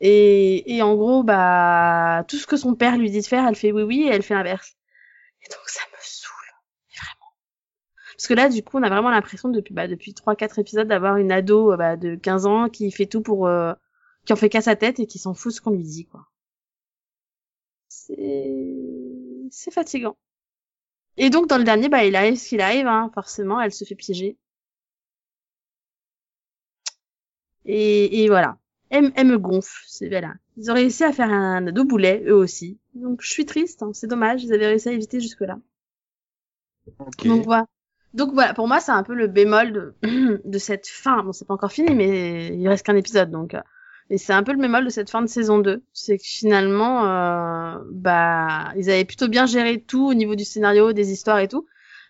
Et, et en gros, bah tout ce que son père lui dit de faire, elle fait oui oui et elle fait l'inverse. Et donc ça me saoule, mais vraiment. Parce que là du coup on a vraiment l'impression depuis bah, depuis 3-4 épisodes d'avoir une ado euh, bah, de 15 ans qui fait tout pour... euh, qui en fait qu'à sa tête et qui s'en fout de ce qu'on lui dit quoi. C'est... c'est fatigant. Et donc dans le dernier, bah il arrive ce qu'il arrive, hein. forcément, elle se fait piéger. Et, et voilà. Elle, elle me gonfle, c'est voilà. Ils ont réussi à faire un ado boulet, eux aussi. Donc je suis triste, hein. c'est dommage, ils avaient réussi à éviter jusque là. Donc voilà. Donc voilà, pour moi c'est un peu le bémol de, de cette fin. Bon, c'est pas encore fini, mais il reste qu'un épisode, donc. euh, Et c'est un peu le bémol de cette fin de saison 2. C'est que finalement, euh, bah, ils avaient plutôt bien géré tout au niveau du scénario, des histoires et tout.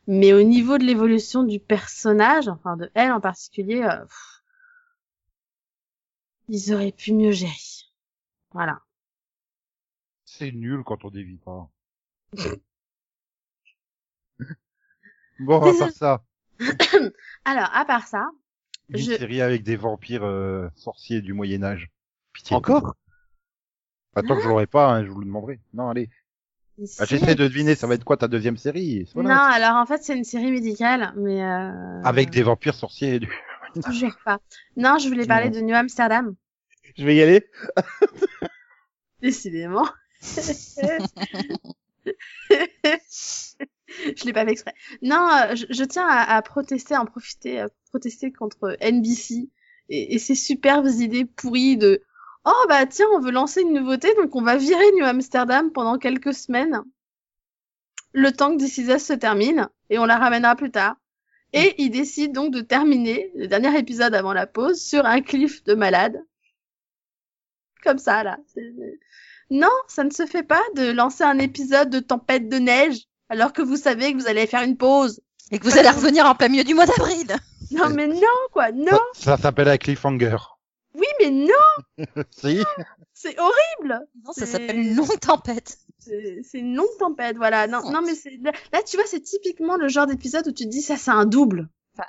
Mais au niveau de l'évolution du personnage, enfin de elle en particulier, euh, pff, ils auraient pu mieux gérer. Voilà.
C'est nul quand on dévie pas. bon, à part ça,
Alors, à part ça,
une série avec des vampires euh, sorciers du Moyen Âge. Pitié.
Encore Ah.
Attends que je l'aurai pas, hein, je vous le demanderai. Non, allez.
Ici-
Ah, J'essaie de deviner, ça va être quoi ta deuxième série c'est voilà.
non, alors en fait c'est une série médicale, mais euh,
Avec des vampires sorciers. Du...
toujours pas. Non, je voulais parler de New Amsterdam.
Je vais y aller.
Décidément. je l'ai pas fait exprès. Non, euh, je, je tiens à, à protester, à en profiter, à protester contre NBC et, et ses superbes idées pourries de oh bah tiens, on veut lancer une nouveauté, donc on va virer New Amsterdam pendant quelques semaines, le temps que This Is Us se termine et on la ramènera plus tard. Et ils décident donc de terminer le dernier épisode avant la pause sur un cliff de malade comme ça là. C'est- Non, ça ne se fait pas de lancer un épisode de tempête de neige alors que vous savez que vous allez faire une pause.
Et que vous allez revenir en plein milieu du mois d'avril.
Non mais non quoi, non.
Ça, ça s'appelle un cliffhanger.
Oui mais non,
si
c'est horrible.
Non, ça s'appelle une longue tempête.
C'est c'est une longue tempête, voilà. Non, non mais c'est là, là, tu vois c'est typiquement le genre d'épisode où tu te dis ça c'est un double. Enfin,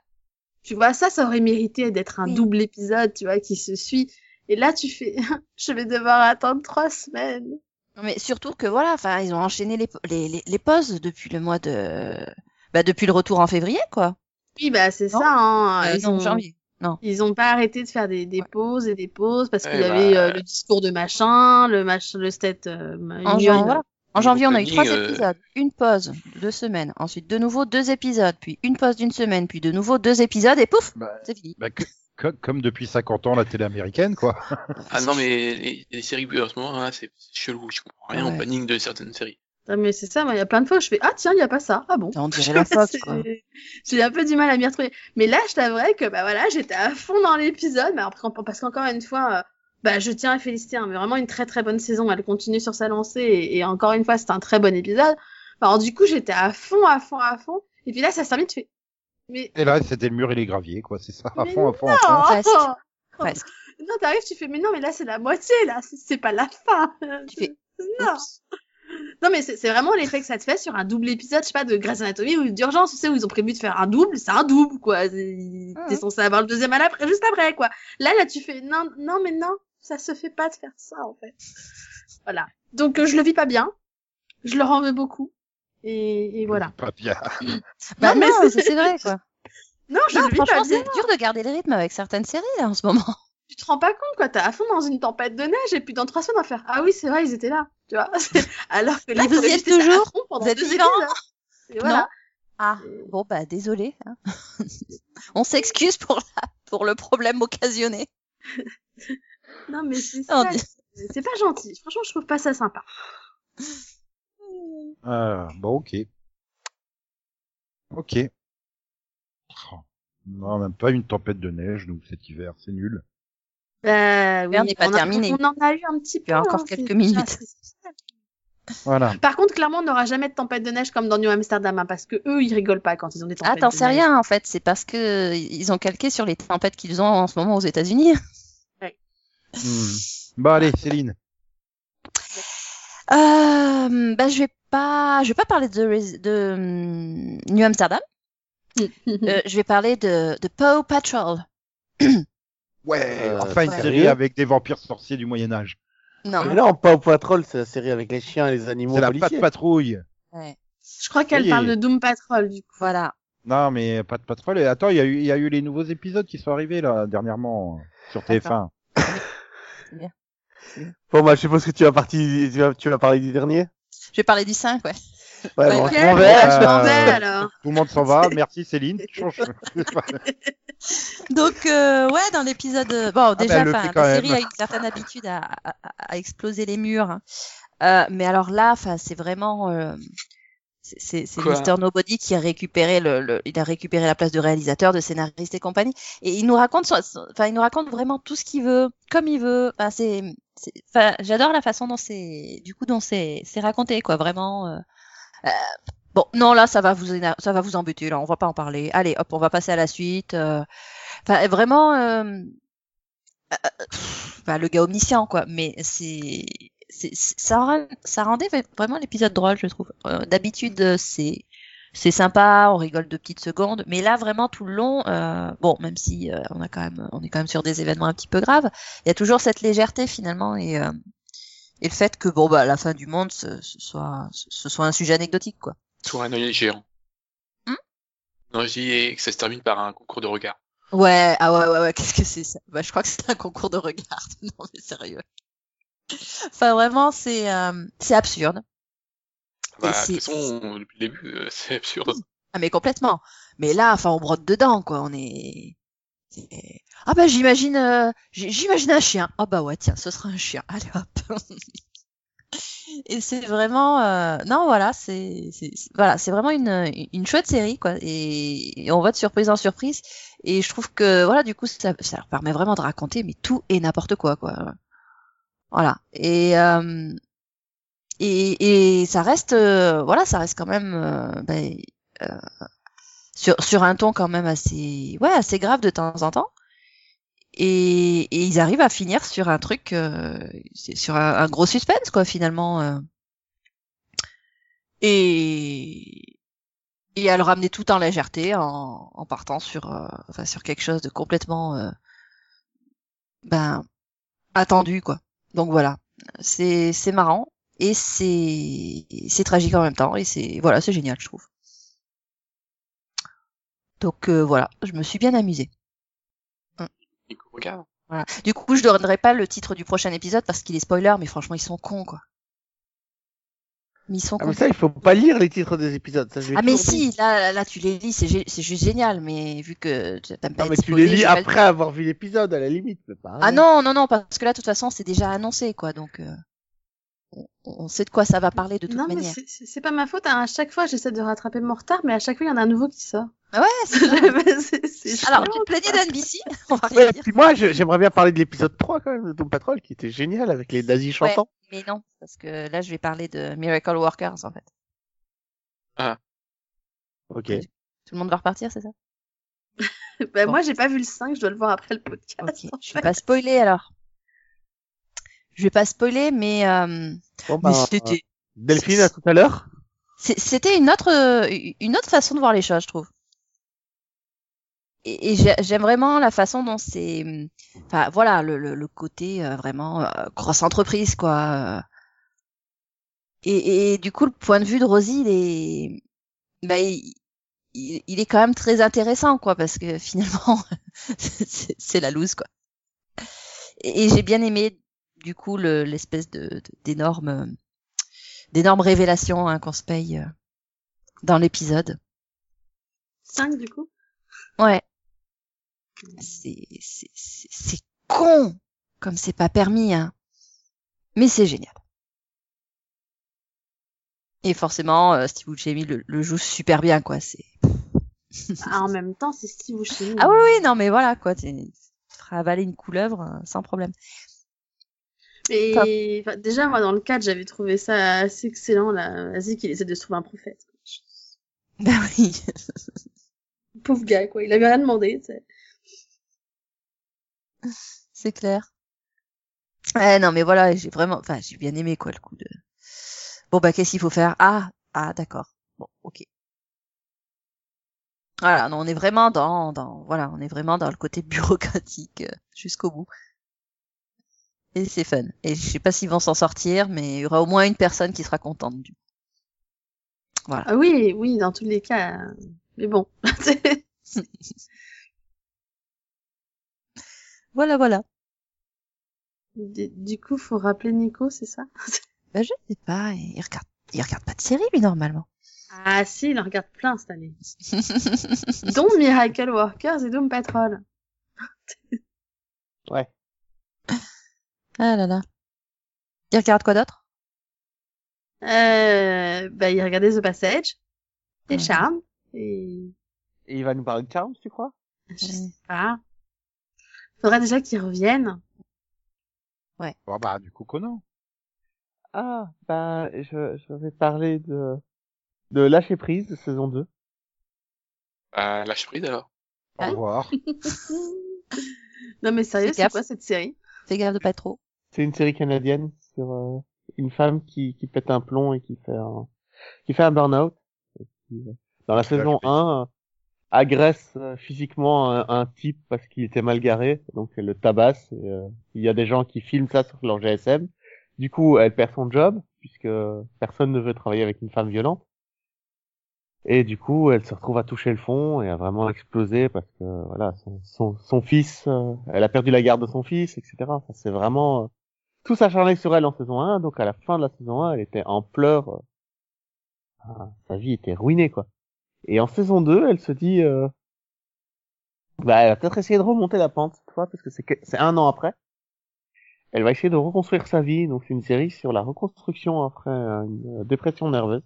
tu vois ça ça aurait mérité d'être un double épisode, tu vois qui se suit. Et là tu fais je vais devoir attendre trois semaines.
Non, Mais surtout que voilà, enfin, ils ont enchaîné les, les, les, les pauses depuis le mois de, bah, depuis le retour en février, quoi.
Oui, bah c'est ça. Hein.
Euh, non,
ont-
janvier. Non.
Ils ont pas arrêté de faire des, des pauses et des pauses parce
Eh
qu'il y avait
bah,
euh, le discours de machin, le machin, le state. euh,
En,
union,
jan-
euh,
voilà. En janvier, on a eu
compagnie,
trois
euh,
épisodes, une pause, deux semaines, ensuite de nouveau deux épisodes, puis une pause d'une semaine, puis de nouveau deux épisodes, et pouf, c'est fini.
Bah, que- que- comme depuis 50 ans la télé américaine, quoi.
Ah non, mais les, les séries que en ce moment, là, c'est c'est chelou. Je comprends rien au
Ah
Ouais.
planning de certaines séries.
Non, mais c'est ça, moi, il y a plein de fois où je fais Ah, tiens, il n'y a pas ça. Ah bon
On dirait la Fox,
C'est-
quoi.
J'ai un peu du mal à m'y retrouver. Mais là, je t'avouerais que bah, voilà, j'étais à fond dans l'épisode. mais après, Parce qu'encore une fois, euh, bah, je tiens à féliciter. hein, mais vraiment une très très bonne saison. Elle continue sur sa lancée. Et, et encore une fois, c'est un très bon épisode. Alors du coup, j'étais à fond, à fond, à fond. Et puis là, ça se termine, tu fais. Mais
Et là, c'était le mur et les graviers, quoi, c'est ça, à
Mais
fond, à fond,
non,
à fond.
oh
Presque.
Non, t'arrives, tu fais, mais non, mais là, c'est la moitié, là, c'est- c'est pas la fin. non. Non, mais c'est c'est vraiment l'effet que ça te fait sur un double épisode, je sais pas, de Grey's Anatomy ou d'urgence, tu sais, où ils ont prévu de faire un double, c'est un double, quoi. C'est- T'es censé avoir le deuxième à l'après, juste après, quoi. Là, là, tu fais, non, non, mais non, ça se fait pas de faire ça, en fait. Voilà. Donc, euh, je le vis pas bien. Je le en veux beaucoup. Et, et voilà.
Pas bien.
Bah
Non, mais
non,
c'est-
c'est c'est vrai, quoi.
Non, je le vis pas
franchement,
bien.
c'est dur de garder le rythme avec certaines séries, là, en ce moment.
tu te rends pas compte, quoi. T'es à fond dans une tempête de neige et puis dans trois semaines, on va faire Ah oui, c'est vrai, ils étaient là. Tu vois C'est- Alors que là,
Vous y
t'aurais
êtes
juste été à
toujours
fond pendant
Vous êtes
deux
vivants
épisodes. Et voilà.
Non. Ah, bon, bah, désolé. hein. On s'excuse pour, la... pour le problème occasionné.
Non, mais c'est
Oh,
ça.
dis-
C'est c'est pas gentil. Franchement, je trouve pas ça sympa.
Ah, bon, ok. Ok. Oh. Non, même pas une tempête de neige, nous, cet hiver, c'est nul.
Euh, oui,
on n'est pas
en a-
terminé.
On en a eu un petit peu.
Il y a encore
hein, c'est-
quelques minutes.
Voilà.
Par contre, clairement, on n'aura jamais de tempête de neige comme dans New Amsterdam, hein, parce que eux, ils rigolent pas quand ils ont des tempêtes.
Ah, t'en
de
sais
neige.
rien, en fait. C'est parce que euh, ils ont calqué sur les tempêtes qu'ils ont en ce moment aux États-Unis.
Hmm. Bah, allez, Céline.
Euh, bah, je vais pas, je vais pas parler de, Res- de hum, New Amsterdam. Euh, je vais parler de, de Paw Patrol.
Ouais, enfin, une
ouais.
série avec des vampires sorciers du Moyen-Âge.
Non.
Mais non, pas au Patrol, c'est la série avec les chiens et les animaux
C'est la
policiers.
Pat Patrouille.
Ouais.
Je crois qu'elle
Oui.
parle de Doom Patrol, du coup.
Voilà.
Non, mais Pat Patrouille. Attends, il y, a eu- il y a eu les nouveaux épisodes qui sont arrivés, là, dernièrement, euh, sur TF1.
Bon, bah, je suppose que tu vas, parti... tu vas... Tu vas parler du dernier.
Je vais parler du 5, ouais.
Ouais,
Bah,
bon,
lequel
on verra.
Je m'en
Euh,
vais, alors.
Tout le monde s'en va. Merci, Céline. Change-
Donc, euh, ouais, dans l'épisode.
Ah,
Bon, déjà,
bah, elle le
enfin,
fait quand
la
même.
série a une certaine habitude à, à- à exploser les murs. hein. Euh, mais alors là, enfin, c'est vraiment. euh, c'est- c'est c'est
Quoi
Mr. Nobody qui a récupéré le, le- il a récupéré la place de réalisateur, de scénariste et compagnie. Et il nous raconte, son- son- enfin, il nous raconte vraiment tout ce qu'il veut, comme il veut. Enfin, c'est, c'est- enfin, j'adore la façon dont c'est, du coup, dont c'est, c'est raconté, quoi, vraiment. euh, euh, Bon, non, là, ça va vous, éner- ça va vous embuter, là, on va pas en parler. Allez, hop, on va passer à la suite. euh. Enfin, vraiment, euh, euh, pff, enfin, le gars omniscient, quoi. Mais c'est, c'est- c'est- ça, rend- ça rendait va- vraiment l'épisode drôle, je trouve. Euh, D'habitude, euh, c'est, c'est sympa, on rigole deux petites secondes, mais là, vraiment, tout le long, euh, bon, même si euh, on a quand même, on est quand même sur des événements un petit peu graves, il y a toujours cette légèreté finalement et. euh, et le fait que bon bah la fin du monde ce, ce soit ce soit un sujet anecdotique quoi.
Soit un œil géant.
Hein
non, je dis et que ça se termine par un concours de regard.
Ouais, ah ouais, ouais, ouais, qu'est-ce que c'est ça Bah, je crois que c'est un concours de regard. non, mais sérieux. Enfin, vraiment, c'est euh, c'est absurde.
Bah, de
c'est-
toute façon, depuis le début, euh, c'est absurde.
Ah, mais complètement. Mais là, enfin, on brode dedans, quoi. On est. c'est- Ah bah, j'imagine, euh, j- j'imagine un chien. Ah bah ouais, tiens, ce sera un chien. Allez hop. Et c'est vraiment, euh, non, voilà, c'est, c'est- c'est- voilà, c'est vraiment une, une chouette série, quoi. Et, et on va de surprise en surprise. Et je trouve que, voilà, du coup, ça, ça leur permet vraiment de raconter, mais tout et n'importe quoi, quoi. Voilà. Et, euh, et, et ça reste, euh, voilà, ça reste quand même, euh, ben, euh, sur, sur un ton quand même assez, ouais, assez grave de temps en temps. Et, et ils arrivent à finir sur un truc, euh, c'est- sur un, un gros suspense, quoi, finalement. euh. Et, et à le ramener tout en légèreté en, en partant sur, euh, enfin, sur quelque chose de complètement, euh, ben, attendu, quoi. Donc voilà. C'est, c'est marrant. Et c'est, c'est tragique en même temps. Et c'est, voilà, c'est génial, je trouve. Donc euh, voilà, je me suis bien amusée.
Regarde.
Voilà. Du coup, je donnerai pas le titre du prochain épisode parce qu'il est spoiler, mais franchement, ils sont cons, quoi. Mais ils sont
Ah,
cons.
mais ça, il faut pas lire les titres des épisodes. ça, je l'ai
Ah mais
toujours dit.
si, là, là, tu les lis, c'est gé- c'est juste génial, mais vu que tu- t'aimes pas
Non, mais
être
tu les
spoilé,
lis
j'ai pas le-
après avoir vu l'épisode, à la limite. mais pas
Ah
avant.
non, non, non, parce que là, de toute façon, c'est déjà annoncé, quoi, donc euh, on, on sait de quoi ça va parler de toute
Non, mais
manière.
c'est- c'est c'est pas ma faute. hein. À chaque fois, j'essaie de rattraper mon retard, mais à chaque fois, il y en a un nouveau qui sort.
Ah ouais, c'est Alors,
chiant,
tu te plaignais d'NBC, on va rien
Ouais,
dire.
puis moi, je- j'aimerais bien parler de l'épisode 3 quand même de Doom Patrol qui était génial avec les nazis
Ouais,
chantants.
mais non, parce que là, je vais parler de Miracle Workers, en fait.
Ah.
Ok.
Tout le monde va repartir, c'est ça
bah, Moi, j'ai pas vu le 5, je dois le voir après le podcast. en
Je
fait.
vais pas spoiler alors. Je vais pas spoiler, mais, euh,
Bon,
mais
bah,
c'était
Delphine, à tout à l'heure.
c'est- c'était une autre euh, une autre façon de voir les choses, je trouve. Et, et j'ai- j'aime vraiment la façon dont c'est, hum, enfin voilà, le, le, le côté euh, vraiment euh, grosse entreprise quoi. Et, et du coup, le point de vue de Rosie, il est, bah, il, il- il est quand même très intéressant quoi, parce que finalement, c'est c'est la loose quoi. Et, et j'ai bien aimé du coup le- l'espèce de de- d'énorme euh, d'énorme révélation hein, qu'on se paye euh, dans l'épisode.
5 du coup
Ouais. C'est c'est- c'est- c'est con comme c'est pas permis hein. Mais c'est génial. Et forcément, euh, Steve Buscemi le, le joue super bien quoi. C'est
Ah, En même temps, c'est Steve Buscemi.
ah oui oui non mais voilà quoi. t'es- Tu feras avaler une couleuvre euh, sans problème.
Et enfin, déjà, moi, dans le 4, j'avais trouvé ça assez excellent, là. Vas-y, qu'il essaie de se trouver un prophète.
Bah oui.
Pauvre gars, quoi. Il avait rien demandé, tu sais.
C'est clair. Ouais, non, mais voilà, j'ai vraiment, enfin, j'ai bien aimé, quoi, le coup de. Bon, bah, qu'est-ce qu'il faut faire? Ah, ah, d'accord. Bon, ok. Voilà, non, on est vraiment dans, dans, voilà, on est vraiment dans le côté bureaucratique euh, jusqu'au bout. Et c'est fun. Et je sais pas s'ils vont s'en sortir, mais il y aura au moins une personne qui sera contente du. Voilà.
Ah oui, oui, dans tous les cas. euh, Mais bon.
voilà, voilà.
Du, du coup, faut rappeler Nico, c'est ça
Bah, je sais pas, il regarde, il regarde pas de série, lui, normalement.
Ah si, il en regarde plein cette année. dont Miracle Workers et Doom Patrol.
Ouais.
Ah là là. Il regarde quoi d'autre?
Euh, bah, il regardait The Passage et Charme. Et...
Et il va nous parler de Charms, tu crois
Je sais pas. Faudrait déjà qu'ils reviennent.
Bon, bah, du coup, Conan.
Ah, bah, je, je vais parler de, de Lâcher Prise, de saison 2.
Bah, lâche prise alors.
Au
Hein
revoir.
non mais sérieux,
Fais
c'est
gaffe.
quoi cette série
Fais gaffe de pas être trop.
C'est une série canadienne sur euh, une femme qui, qui pète un plomb et qui fait un, qui fait un burn-out. Et qui, euh, Dans la saison 1, euh, agresse euh, physiquement un, un type parce qu'il était mal garé, donc elle le tabasse. et, euh, il y a des gens qui filment ça sur leur GSM. Du coup, elle perd son job puisque personne ne veut travailler avec une femme violente. Et du coup, elle se retrouve à toucher le fond et à vraiment exploser parce que voilà, son, son, son fils, euh, elle a perdu la garde de son fils, etc. Enfin, c'est vraiment euh, tout s'acharnait sur elle en saison 1, donc à la fin de la saison 1, elle était en pleurs. euh, ah, sa vie était ruinée, quoi. Et en saison 2, elle se dit, euh, bah, elle va peut-être essayer de remonter la pente cette fois, parce que c'est que- c'est un an après. Elle va essayer de reconstruire sa vie, donc c'est une série sur la reconstruction après euh, une euh, dépression nerveuse.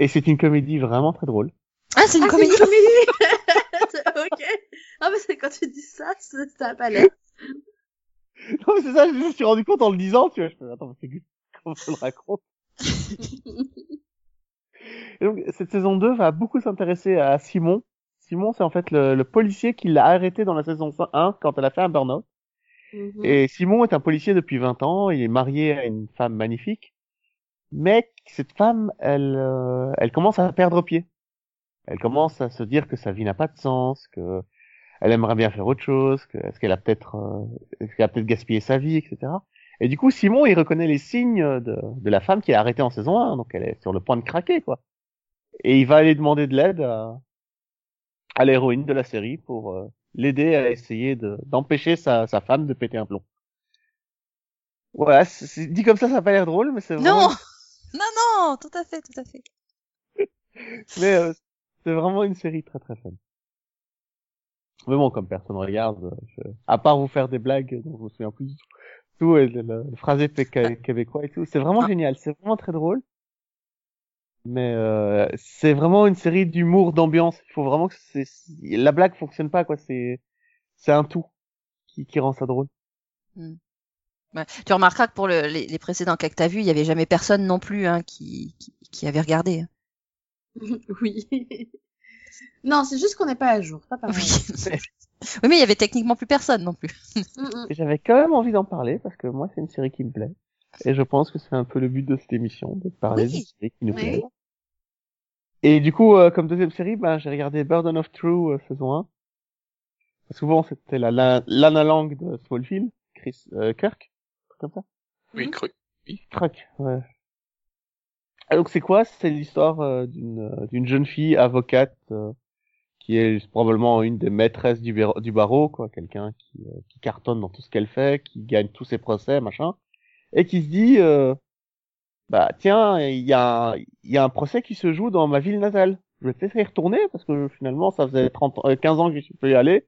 Et c'est une comédie vraiment très drôle.
Ah, c'est une
Ah,
comédie.
ok. Ah mais c'est quand tu dis ça, c'est- ça a pas l'air.
Non, mais c'est ça, je me suis rendu compte en le disant, tu vois. Je fais, attends, mais c'est Gus, comment je le raconte? Et donc, cette saison 2 va beaucoup s'intéresser à Simon. Simon, c'est en fait le, le policier qui l'a arrêté dans la saison 1 quand elle a fait un burn-out.
Mhm.
Et Simon est un policier depuis 20 ans, il est marié à une femme magnifique. Mais cette femme, elle, euh, elle commence à perdre pied. Elle commence à se dire que sa vie n'a pas de sens, que elle aimerait bien faire autre chose, que est-ce qu'elle a peut-être, euh, est-ce qu'elle a peut-être gaspillé sa vie, etc. Et du coup, Simon, il reconnaît les signes de, de la femme qu'il a arrêtée en saison 1, donc elle est sur le point de craquer, quoi. Et il va aller demander de l'aide à, à l'héroïne de la série pour euh, l'aider à essayer de, d'empêcher sa, sa femme de péter un plomb. Voilà, c'est- c'est- dit comme ça, ça a pas l'air drôle, mais c'est vraiment...
Non, non, non, tout à fait, tout à fait.
Mais euh, c'est vraiment une série très très fun. Mais bon, comme personne regarde, euh, je- à part vous faire des blagues, dont je me souviens plus du tout, tout et le, le- le phrasé péca- québécois et tout, c'est vraiment génial, c'est vraiment très drôle. Mais euh, c'est vraiment une série d'humour, d'ambiance. Il faut vraiment que c'est la blague fonctionne pas quoi. C'est c'est un tout qui, qui rend ça drôle.
Ouais. Bah, Tu remarqueras que pour le- les, les précédents cas que t'as vus, il y avait jamais personne non plus hein, qui, qui, qui avait regardé.
oui. non, c'est juste qu'on n'est pas à jour, pas
Ah
pareil.
Oui, mais il y avait techniquement plus personne non plus.
Mm,
Mm.
Et J'avais quand même envie d'en parler parce que moi, c'est une série qui me plaît. Et je pense que c'est un peu le but de cette émission, de parler
Oui.
de séries qui nous
Oui.
plaisent. Et du coup, euh, comme deuxième série, ben, j'ai regardé Burden of True euh, saison 1. Souvent, c'était la, la, l'analangue de Smallville, Chris euh, Kirk, un truc comme ça. Mmh.
Oui, cru.
Crac, ouais. Ah, donc c'est quoi C'est l'histoire euh, d'une euh, d'une jeune fille avocate euh, qui est probablement une des maîtresses du, barreau- du barreau, quoi, quelqu'un qui, euh, qui cartonne dans tout ce qu'elle fait, qui gagne tous ses procès, machin, et qui se dit, euh, bah tiens, il y a un- il y a un procès qui se joue dans ma ville natale. Je vais peut-être y retourner parce que finalement ça faisait 30, euh, 15 ans que je suis pas y aller.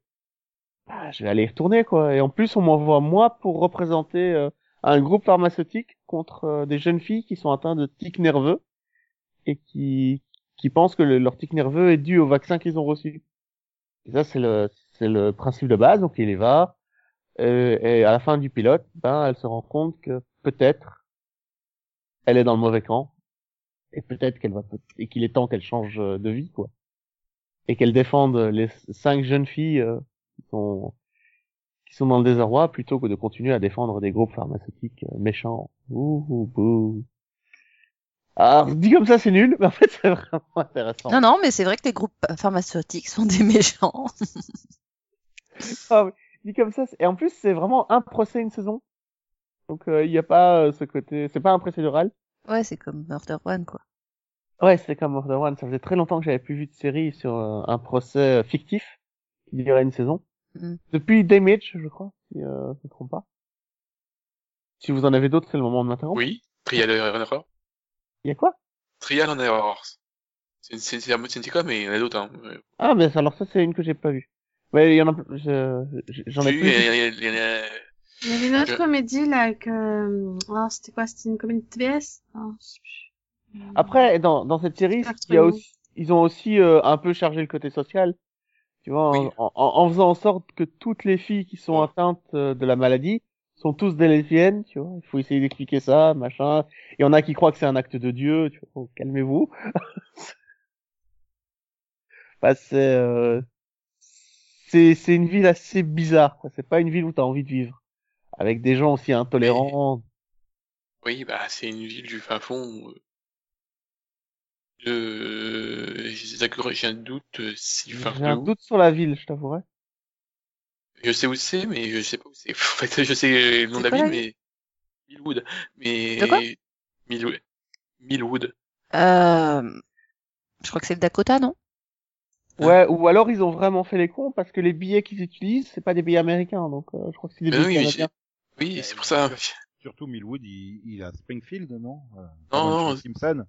Bah, je vais aller y retourner quoi. Et en plus on m'envoie moi pour représenter euh, un groupe pharmaceutique contre euh, des jeunes filles qui sont atteintes de tics nerveux et qui qui pensent que le- leur tic nerveux est dû au vaccin qu'ils ont reçu. Et ça c'est le c'est le principe de base donc il y va euh, et à la fin du pilote ben elle se rend compte que peut-être elle est dans le mauvais camp et peut-être qu'elle va et qu'il est temps qu'elle change euh, de vie quoi et qu'elle défende les cinq jeunes filles euh, qui sont qui sont dans le désarroi plutôt que de continuer à défendre des groupes pharmaceutiques euh, méchants. Ouh, ouh, bouh. Alors, dit comme ça, c'est nul, mais en fait, c'est vraiment intéressant.
Non, non, mais c'est vrai que les groupes pharmaceutiques sont des méchants.
Ah oui, dit comme ça, c'est- et en plus, c'est vraiment un procès une saison. Donc, euh, il n'y a pas euh, ce côté, c'est pas un procédural.
ouais, c'est comme Murder One, quoi.
Ouais, c'est comme Murder One. Ça faisait très longtemps que j'avais plus vu de série sur euh, un procès euh, fictif qui durait une saison.
Mm.
Depuis Damage, je crois, si euh, je ne me trompe pas. Si vous en avez d'autres, c'est le moment de m'interrompre.
Oui, Trial en Error.
Il y a quoi
Trial en Error. C'est une c'est- c'est un- c'est une sitcom, mais il y en a d'autres. Hein. Euh,
Ah, mais alors ça, c'est une que j'ai pas vue. Mais il y en a, je- je- j'en ai
oui, il y
plus.
a- il y a- il y a-
Il y avait une autre
Je-
comédie là que. Ah, c'était quoi C'était une comédie de TVS Ah, je sais plus.
Après, dans, dans cette série, il y a aussi, ils ont aussi euh, un peu chargé le côté social. Tu vois, en- en, en faisant en sorte que toutes les filles qui sont atteintes euh, de la maladie sont tous des lesbiennes, tu vois. Il faut essayer d'expliquer ça, machin. Il y en a qui croient que c'est un acte de Dieu, tu vois. donc Calmez-vous. bah, c'est, euh, c'est, c'est une ville assez bizarre, quoi. C'est pas une ville où t'as envie de vivre. Avec des gens aussi intolérants.
Oui, bah, c'est une ville du fin fond. euh, De... j'ai- d'accord, J'ai un doute euh, si fin
J'ai un
fond-
doute sur la ville, je t'avouerai.
Je sais où c'est, mais je sais pas où c'est. En fait, je sais le nom de
C'est
la
quoi
ville,
la
mais Millwood. Mais
De quoi
Millwood. Millwood.
Euh... Je crois que c'est le Dakota, non
Ouais, ou alors ils ont vraiment fait les cons parce que les billets qu'ils utilisent, c'est pas des billets américains, donc euh, je crois que c'est des
Mais
billets
Ah oui, mais
canadiens.
Oui, c'est pour ça.
Surtout Millwood, il, il est à Springfield, non Euh,
Non,
avant
non.
chez Simpson.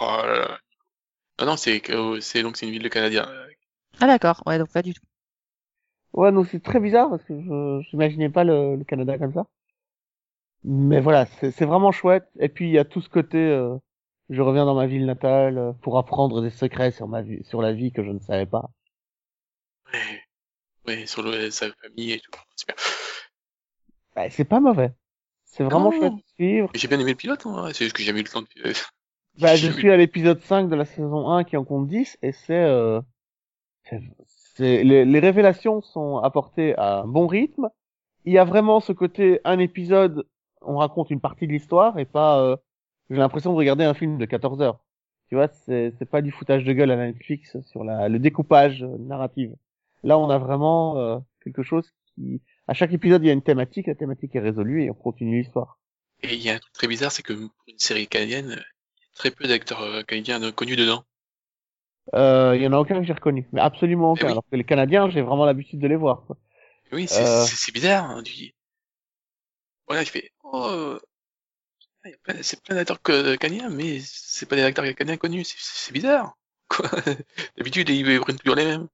Oh là là. Ah non, c'est que- c'est donc c'est une ville de Canadien.
Ah d'accord, ouais, donc pas du tout.
Ouais, donc c'est très bizarre parce que je j'imaginais pas le, le Canada comme ça. Mais voilà, c'est c'est vraiment chouette. Et puis il y a tout ce côté, euh, je reviens dans ma ville natale euh, pour apprendre des secrets sur ma vie, sur la vie que je ne savais pas.
Ouais, Ouais, sur le, sa famille et tout. C'est bien.
Bah, c'est pas mauvais. C'est vraiment
Non.
chouette à suivre.
J'ai bien aimé le pilote, hein. C'est juste que j'ai jamais eu le temps de. euh,
Bah,
j'ai
je
jamais-
suis à l'épisode 5 de la saison 1 qui en compte 10 et c'est euh, c'est- c'est les, les révélations sont apportées à un bon rythme. Il y a vraiment ce côté un épisode, on raconte une partie de l'histoire et pas euh, j'ai l'impression de regarder un film de 14 heures. Tu vois, c'est c'est pas du foutage de gueule à la Netflix sur la, le découpage euh, narratif. Là, on a vraiment euh, quelque chose qui à chaque épisode, il y a une thématique, la thématique est résolue et on continue l'histoire.
Et il y a un truc très bizarre, c'est que pour une série canadienne, il y a très peu d'acteurs euh, canadiens euh, connus dedans.
Euh, Il y en a aucun que j'ai reconnu, mais absolument
Eh
aucun.
oui.
Alors que les Canadiens, j'ai vraiment l'habitude de les voir. quoi.
Oui, c'est
Euh.
c'est- c'est bizarre. hein, tu- Voilà, je fais. Oh, euh, il y a plein- c'est plein d'acteurs que- canadiens, mais c'est pas des acteurs canadiens connus. C'est- C'est c'est bizarre. Quoi D'habitude, ils prennent toujours les mêmes.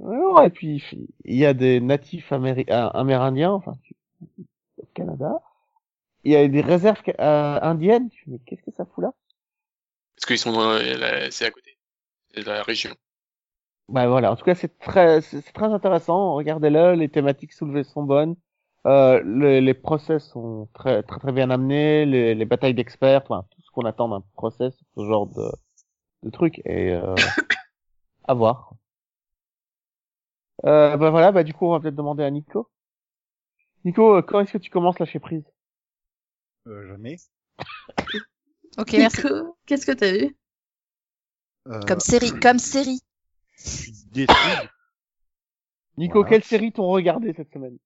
Euh, Ouais, et puis il y a des natifs améri- euh, amérindiens, enfin, tu- au Canada. Il y a des réserves ca- euh, indiennes. Tu fais, Mais qu'est-ce que ça fout là
Parce qu'ils sont dans la- la- c'est à côté. C'est dans la région.
Bah voilà. En tout cas, c'est très, c'est c'est très intéressant. Regardez-le. Les thématiques soulevées sont bonnes. Euh, les, les procès sont très, très, très bien amenés. Les, les batailles d'experts, enfin, tout ce qu'on attend d'un procès, sur ce genre de, de trucs et euh, à voir. Euh, bah voilà, bah du coup on va peut-être demander à Nico. Nico, euh, quand est-ce que tu commences la lâcher prise
Euh, jamais.
Ok, merci.
Nico, qu'est-ce que t'as vu
Euh,
Comme série, comme série.
déçu.
Nico,
Voilà.
quelle série t'ont regardé cette semaine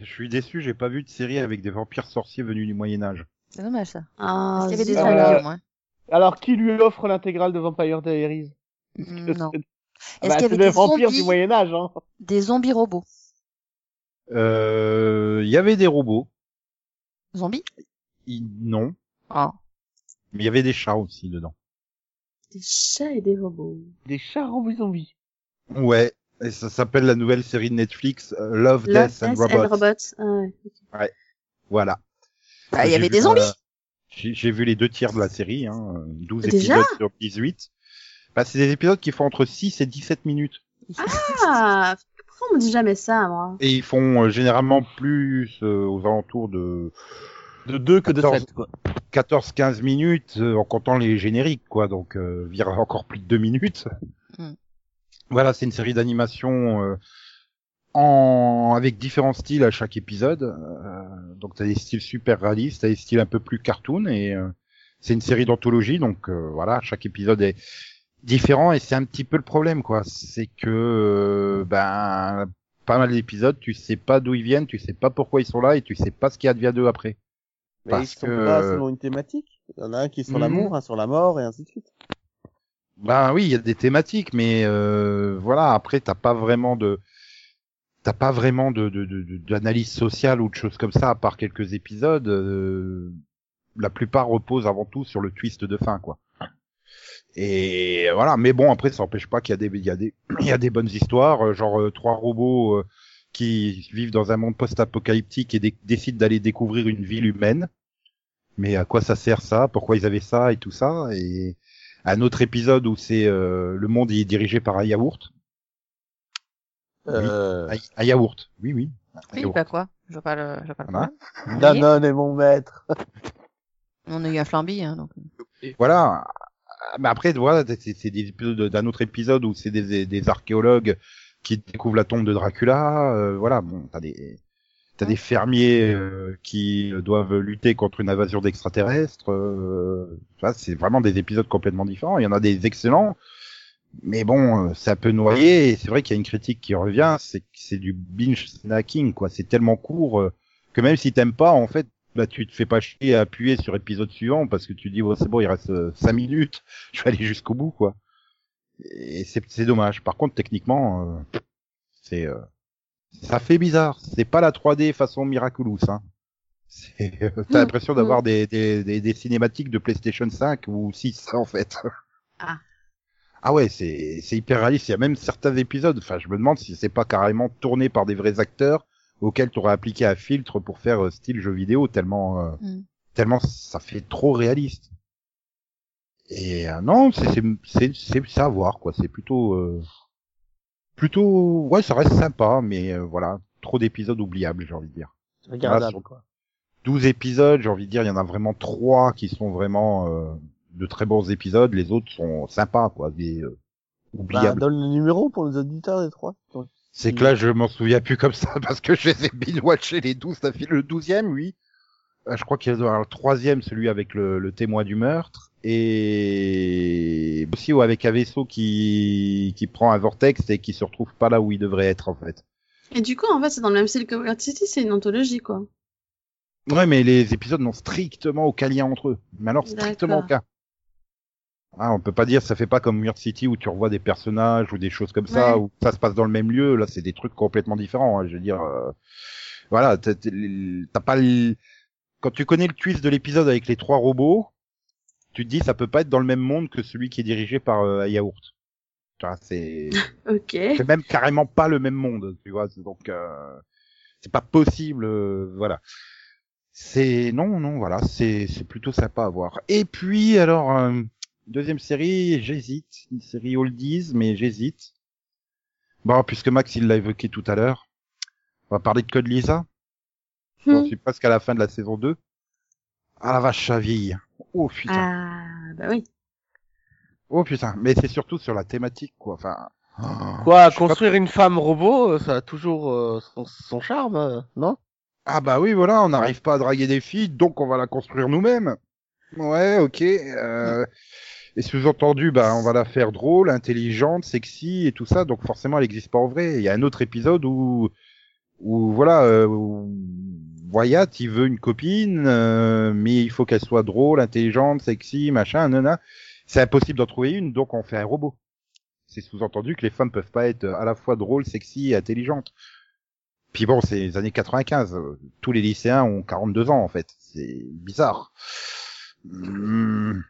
Je suis déçu, j'ai pas vu de série avec des vampires sorciers venus du Moyen Âge.
C'est dommage ça.
Ah,
Parce qu'il y avait des
zut.
Euh,
amis au moins.
Alors qui lui offre l'intégrale de Vampire Diaries
Mm, Non.
Ah bah,
Est-ce qu'il y
c'est
avait
des
des
vampires
zombies,
du Moyen Âge, hein.
des zombies robots
Euh, il y avait des robots.
Zombies
Il- Non.
Ah.
Mais il y avait des chats aussi dedans.
Des chats et des robots.
Des chats robots zombies.
Ouais. Et ça s'appelle la nouvelle série de Netflix, euh, Love,
Love,
Death and
Death
Robots.
Ah, ouais.
Voilà.
Bah, il y
J'ai
avait
vu,
des zombies.
euh, J'ai j'ai vu les deux tiers de la série, hein, euh, 12
Déjà
épisodes sur 18. Bah, c'est des épisodes qui font entre 6 et 17 minutes.
Ah, pourquoi on me dit jamais ça, moi
Et ils font euh, généralement plus euh, aux alentours de
De deux que de
14.
sept, quoi.
14-15 minutes euh, en comptant les génériques, quoi. Donc, euh, vire encore plus de 2 minutes.
Mm.
Voilà, c'est une série d'animation euh, en... avec différents styles à chaque épisode. Euh, donc, t'as des styles super réalistes, t'as des styles un peu plus cartoon et euh, c'est une série d'anthologie. Donc, euh, voilà, chaque épisode est différent et c'est un petit peu le problème, quoi. C'est que, euh, ben, pas mal d'épisodes, tu sais pas d'où ils viennent, tu sais pas pourquoi ils sont là et tu sais pas ce qui advient d'eux après.
Mais ils
Parce
sont
que-
pas selon une thématique. Il y en a un qui est sur
Mhm.
l'amour, un sur la mort, et ainsi de suite.
Ben oui, il y a des thématiques, mais euh, voilà. Après, t'as pas vraiment de, t'as pas vraiment de de- de- de- d'analyse sociale ou de choses comme ça, à part quelques épisodes. euh, la plupart reposent avant tout sur le twist de fin, quoi. Et voilà. Mais bon, après, ça n'empêche pas qu'il y a des, il y a des, il y a des bonnes histoires, euh, genre euh, trois robots euh, qui vivent dans un monde post-apocalyptique et dé- décident d'aller découvrir une ville humaine. Mais à quoi ça sert ça Pourquoi ils avaient ça et tout ça Et un autre épisode où c'est euh, le monde est dirigé par un yaourt.
Euh...
Un, un yaourt, oui, oui. un
Oui,
yaourt.
bah quoi Je vois pas le, je vois pas le
Voilà.
problème.
Danone est mon maître.
On a eu un flambi, hein, donc.
Voilà. Mais après, voilà, c'est c'est des épisodes d'un autre épisode où c'est des, des- des archéologues qui découvrent la tombe de Dracula. euh, voilà, bon, t'as des t'as des fermiers euh, qui doivent lutter contre une invasion d'extraterrestres. euh, tu vois, c'est vraiment des épisodes complètement différents. Il y en a des excellents, mais bon, euh, c'est un peu noyé. Et c'est vrai qu'il y a une critique qui revient, c'est que c'est du binge snacking, quoi. C'est tellement court euh, que même si t'aimes pas, en fait, bah tu te fais pas chier à appuyer sur épisode suivant parce que tu dis ouais, c'est bon il reste 5 minutes je vais aller jusqu'au bout quoi et c'est c'est dommage par contre techniquement euh, c'est euh, ça fait bizarre c'est pas la 3D façon Miraculous hein C'est, euh, t'as
Mm,
l'impression d'avoir des, des, des des cinématiques de PlayStation 5 ou 6 en fait
Ah.
ah ouais c'est c'est hyper réaliste il y a même certains épisodes enfin je me demande si c'est pas carrément tourné par des vrais acteurs auxquels t'aurais appliqué un filtre pour faire euh, style jeu vidéo tellement euh,
Mm.
tellement ça fait trop réaliste. Et euh, non, c'est c'est c'est c'est c'est à voir quoi. C'est plutôt euh, plutôt ouais, ça reste sympa, mais euh, voilà, trop d'épisodes oubliables, j'ai envie de dire.
Regardable,
sur-
quoi.
12 épisodes, j'ai envie de dire, il y en a vraiment trois qui sont vraiment euh, de très bons épisodes. Les autres sont sympas quoi, mais euh,
Bah,
oubliables.
donne le numéro pour les auditeurs des trois.
c'est que là, je m'en souviens plus comme ça parce que je les ai binge-watchés les 12. Ça fait le 12e, oui. Euh, Je crois qu'il y en a le troisième, celui avec le, le témoin du meurtre, et aussi ouais, avec un vaisseau qui qui prend un vortex et qui se retrouve pas là où il devrait être en fait.
Et du coup, en fait, c'est dans le même style que Weird City, c'est une anthologie, quoi.
Ouais, mais les épisodes n'ont strictement aucun lien entre eux. Mais alors strictement
D'accord.
aucun. Ah, on peut pas dire ça fait pas comme Mur City où tu revois des personnages ou des choses comme ça
Ouais.
où ça se passe dans le même lieu. Là, c'est des trucs complètement différents. hein. Je veux dire, euh, voilà, t'as t'as- t'as pas le... quand tu connais le twist de l'épisode avec les trois robots, tu te dis ça peut pas être dans le même monde que celui qui est dirigé par euh, un Yaourt. Tu vois, c'est
Ok. Hmm.
c'est même carrément pas le même monde, tu vois. c'est Donc euh, c'est pas possible, euh, voilà. C'est non, non, voilà, c'est c'est plutôt sympa à voir. Et puis alors euh, deuxième série, j'hésite, une série oldies, mais j'hésite. Bon, puisque Max il l'a évoqué tout à l'heure, on va parler de Code Lisa.
Hmm.
Je suis presque à la fin de la saison 2. Ah la vache, ça vieillit. Oh putain.
Ah, bah oui.
Oh putain, mais c'est surtout sur la thématique, quoi. Enfin. oh,
Quoi,
je sais pas-
construire une femme robot, euh, ça a toujours euh, son, son charme, euh, non
Ah bah oui, voilà, on n'arrive pas à draguer des filles, donc on va la construire nous-mêmes. Ouais, ok. euh, Et sous-entendu, bah, on va la faire drôle, intelligente, sexy et tout ça, donc forcément elle n'existe pas en vrai. Il y a un autre épisode où, où voilà, euh, où Wyatt, il veut une copine, euh, mais il faut qu'elle soit drôle, intelligente, sexy, machin, nana. C'est impossible d'en trouver une, donc on fait un robot. C'est sous-entendu que les femmes peuvent pas être à la fois drôles, sexy et intelligentes. Puis bon, c'est les années 95. euh, Tous les lycéens ont 42 ans, en fait. C'est bizarre. Hmm.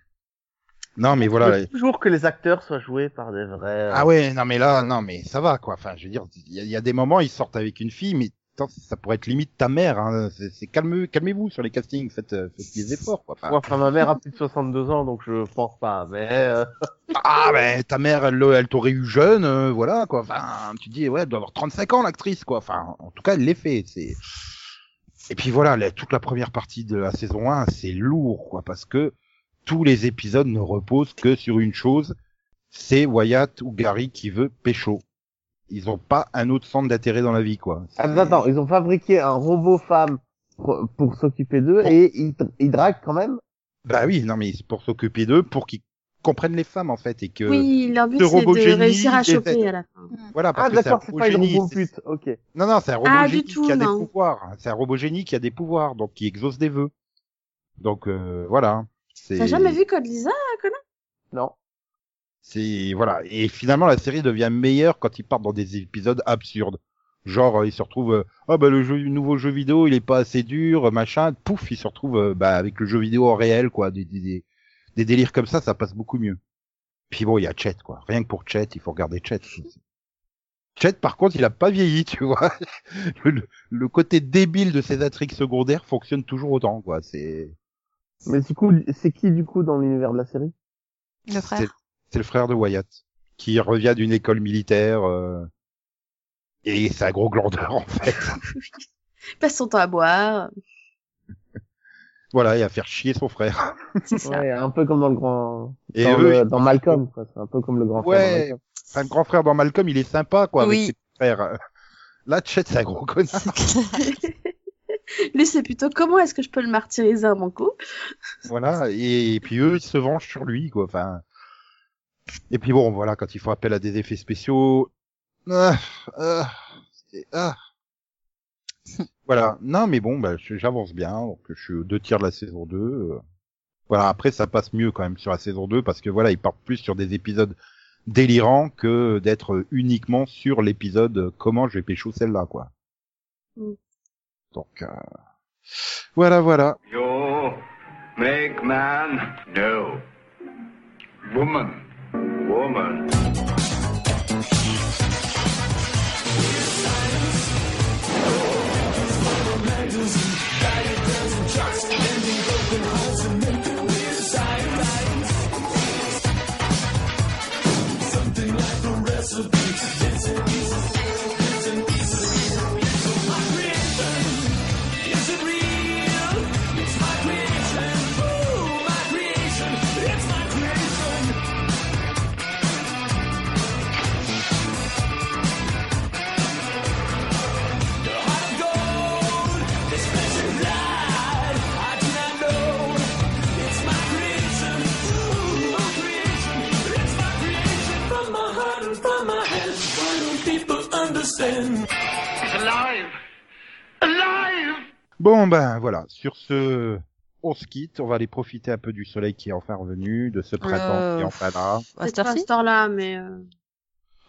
Non, mais voilà.
Il faut toujours que les acteurs soient joués par des vrais. euh,
Ah ouais, non, mais là, non, mais ça va, quoi. Enfin, je veux dire, il y, a- il y a des moments, ils sortent avec une fille, mais putain, ça pourrait être limite ta mère. Hein. C'est- C'est calme, calmez-vous sur les castings, faites, euh, faites des efforts, quoi. Enfin,
ouais, enfin, ma mère a plus de 62 ans, donc je pense pas, mais... euh,
Ah, ben, ta mère, elle, elle t'aurait eu jeune, euh, voilà, quoi. Enfin, tu te dis, ouais, elle doit avoir 35 ans, l'actrice, quoi. Enfin, en tout cas, elle l'est fait. C'est... Et puis voilà, la- toute la première partie de la saison 1, c'est lourd, quoi, parce que tous les épisodes ne reposent que sur une chose, c'est Wyatt ou Gary qui veut pécho. Ils ont pas un autre centre d'intérêt dans la vie, quoi.
Attends, Ah, attends, ils ont fabriqué un robot femme pour, pour s'occuper d'eux et ils, ils draguent quand même
Bah oui, non, mais c'est pour s'occuper d'eux, pour qu'ils comprennent les femmes, en fait, et que...
Oui, leur but
ce
c'est
robot
de
génie,
réussir à
il les
choper
aide.
à la fin.
Voilà, parce
Ah
que c'est un
d'accord, c'est pas une
génie,
robot
c'est-
pute, ok.
Non, non, c'est un robot
Ah, du
génie
tout,
qui a
non.
des pouvoirs. C'est un robot génie qui a des pouvoirs, donc qui exauce des vœux. Donc euh, voilà. C'est-
T'as jamais vu Code Lisa, Colin
Non.
C'est voilà. Et finalement, la série devient meilleure quand ils partent dans des épisodes absurdes. Genre, euh, ils se retrouvent, euh, ah bah le jeu, le nouveau jeu vidéo, il est pas assez dur, euh, machin. Pouf, ils se retrouvent euh, bah, avec le jeu vidéo en réel, quoi. Des, des, des, des délires comme ça, ça passe beaucoup mieux. Puis bon, il y a Chet, quoi. Rien que pour Chet, il faut regarder Chet. Chet, par contre, il a pas vieilli, tu vois. Le, le- le côté débile de ses intrigues secondaires fonctionne toujours autant, quoi. C'est
Mais du coup, c'est qui du coup dans l'univers de la série
Le
c'est
frère.
c'est le frère de Wyatt qui revient d'une école militaire euh, et c'est un gros glandeur en fait.
Il passe son temps à boire.
voilà, et à faire chier son frère.
C'est ça.
Ouais, un peu comme dans le grand...
Et
dans,
eux,
le-
ils-
dans Malcolm, quoi. C'est un peu comme le grand frère dans
Ouais,
Malcolm.
enfin, le grand frère dans Malcolm, il est sympa quoi
Oui.
avec ses petits frères. Là, Chet, c'est un gros connard.
Lui, c'est plutôt comment est-ce que je peux le martyriser à mon couple
voilà, et, et puis eux, ils se vengent sur lui quoi. Enfin, et puis bon, voilà, quand ils font appel à des effets spéciaux, ah, ah, c'est- ah. voilà. Non, mais bon, bah, je- j'avance bien. Donc, je suis aux deux tiers de la saison 2. euh. Voilà, après, ça passe mieux quand même sur la saison 2 parce que voilà, ils partent plus sur des épisodes délirants que d'être uniquement sur l'épisode euh, comment je vais pécho celle-là, quoi.
Mm.
Donc, euh, voilà, voilà.
You make man? No. Woman. Woman.
Bon ben voilà, sur ce, on se quitte, on va aller profiter un peu du soleil qui est enfin revenu, de ce printemps
Euh,
qui est enfin là.
À cette
Peut-être pas à
heure-ci
ce temps-là, mais. euh,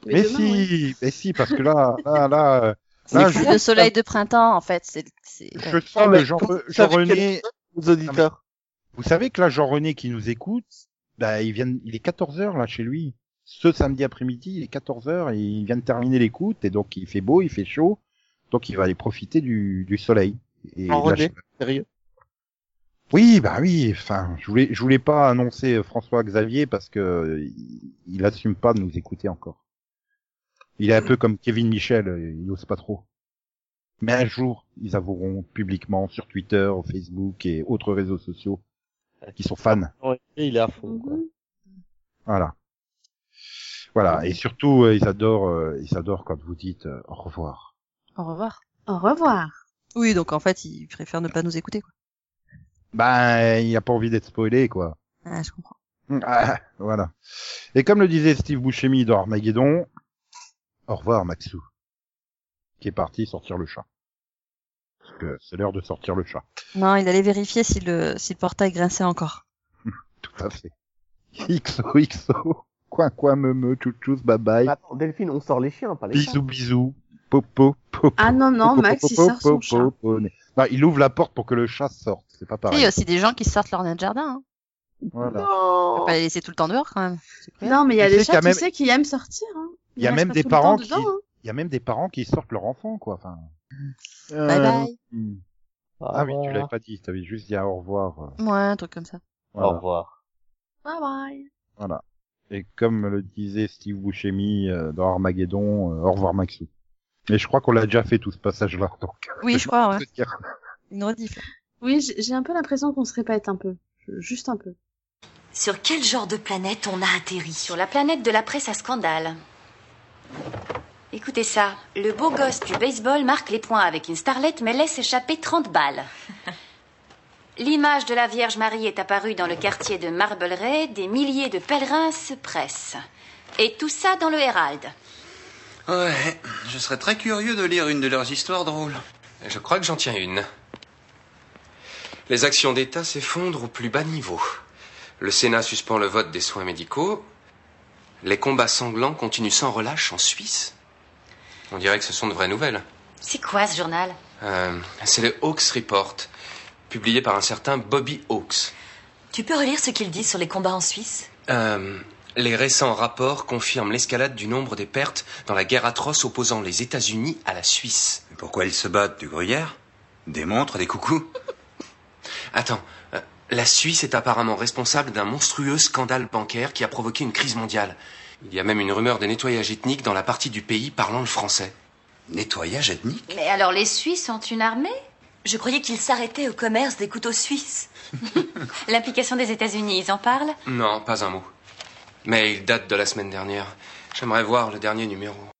Mais,
demain,
si,
oui.
mais si, parce que là, là, là, euh, là,
C'est
je,
plus le soleil de printemps, en fait. C'est, c'est...
je
ouais.
sens
mais
le Jean-
vous savez
Jean-René.
Aux auditeurs.
Vous savez que là, Jean-René qui nous écoute, bah, il vient, il est 14h là chez lui. Ce samedi après-midi, il est 14h, il vient de terminer l'écoute, et donc il fait beau, il fait chaud, donc il va aller profiter du, du soleil. Et de la
Jean-René,
chaleur.
sérieux.
Oui, bah oui, enfin, je voulais, je voulais pas annoncer François Xavier parce que euh, il, il assume pas de nous écouter encore. Il est un peu comme Kevin Michel, euh, il n'ose pas trop. Mais un jour, ils avoueront publiquement sur Twitter, Facebook et autres réseaux sociaux qu'ils sont fans.
Ouais, il est à fond, quoi.
Mhm.
Voilà. Voilà. Et surtout, euh, ils adorent, euh, ils adorent quand vous dites euh, au revoir.
Au revoir.
Au revoir.
Oui, donc en fait, ils préfèrent ne pas nous écouter. Quoi.
Ben, il a pas envie d'être spoilé, quoi.
Ah, je comprends.
Ah, voilà. Et comme le disait Steve Buscemi dans Armageddon, au revoir Maxou, qui est parti sortir le chat. Parce que c'est l'heure de sortir le chat.
Non, il allait vérifier si le, si le portail grinçait encore.
Tout à fait. XO, XO, coin, coin, me, me, chouchous, bye bye.
Attends, Delphine, on sort les chiens, pas les chats.
Bisous, bisous, popo, popo.
Ah non, non,
popo,
Max, il
popo,
sort son
popo,
chat.
popo. Non, il ouvre la porte pour que le chat sorte. C'est pas
Tu sais, Il y
pareil.
a aussi des gens qui sortent leur nain de jardin. Hein.
Voilà.
On peut
Non.
pas les laisser tout le temps dehors quand même.
Non, mais il y a
Tu
des
sais qu'il y
chats,
a
tu
même-
sais, qui aiment sortir. Hein.
Il
Ils
y a
restent
même
pas
des
tout le temps
parents
dedans,
qui-
hein.
Il y a même des parents qui sortent leur enfant, quoi. Enfin.
Bye bye.
Hmm. Ah oui, tu l'avais pas dit. T'avais juste dit ah, au revoir. euh,
Ouais, un truc comme ça.
Voilà.
Au revoir.
Bye bye.
Voilà. Et comme le disait Steve Buscemi euh, dans Armageddon, euh, au revoir Maxou. Mais je crois qu'on l'a déjà fait tout ce passage-là. Donc,
Oui, je crois, ouais.
je peux dire.
Une rediff.
Oui, j'ai j'ai un peu l'impression qu'on se répète un peu. Je- Juste un peu.
Sur quel genre de planète on a atterri Sur la planète de la presse à scandale. Écoutez ça, le beau gosse du baseball marque les points avec une starlette mais laisse échapper 30 balles. L'image de la Vierge Marie est apparue dans le quartier de Marbleret, des milliers de pèlerins se pressent. Et tout ça dans le Herald.
Ouais, je serais très curieux de lire une de leurs histoires drôles. Je crois que j'en tiens une. Les actions d'État s'effondrent au plus bas niveau. Le Sénat suspend le vote des soins médicaux. Les combats sanglants continuent sans relâche en Suisse. On dirait que ce sont de vraies nouvelles.
C'est quoi ce journal
Euh, C'est le Hawks Report, publié par un certain Bobby Hawks.
Tu peux relire ce qu'ils disent sur les combats en Suisse
Euh, les récents rapports confirment l'escalade du nombre des pertes dans la guerre atroce opposant les États-Unis à la Suisse.
Pourquoi ils se battent du gruyère Des montres, des coucous
Attends, euh, la Suisse est apparemment responsable d'un monstrueux scandale bancaire qui a provoqué une crise mondiale. Il y a même une rumeur de nettoyage ethnique dans la partie du pays parlant le français.
Nettoyage ethnique
Mais alors les Suisses ont une armée Je croyais qu'ils s'arrêtaient au commerce des couteaux suisses. L'implication des États-Unis, ils en parlent
Non, pas un mot. Mais il date de la semaine dernière. J'aimerais voir le dernier numéro.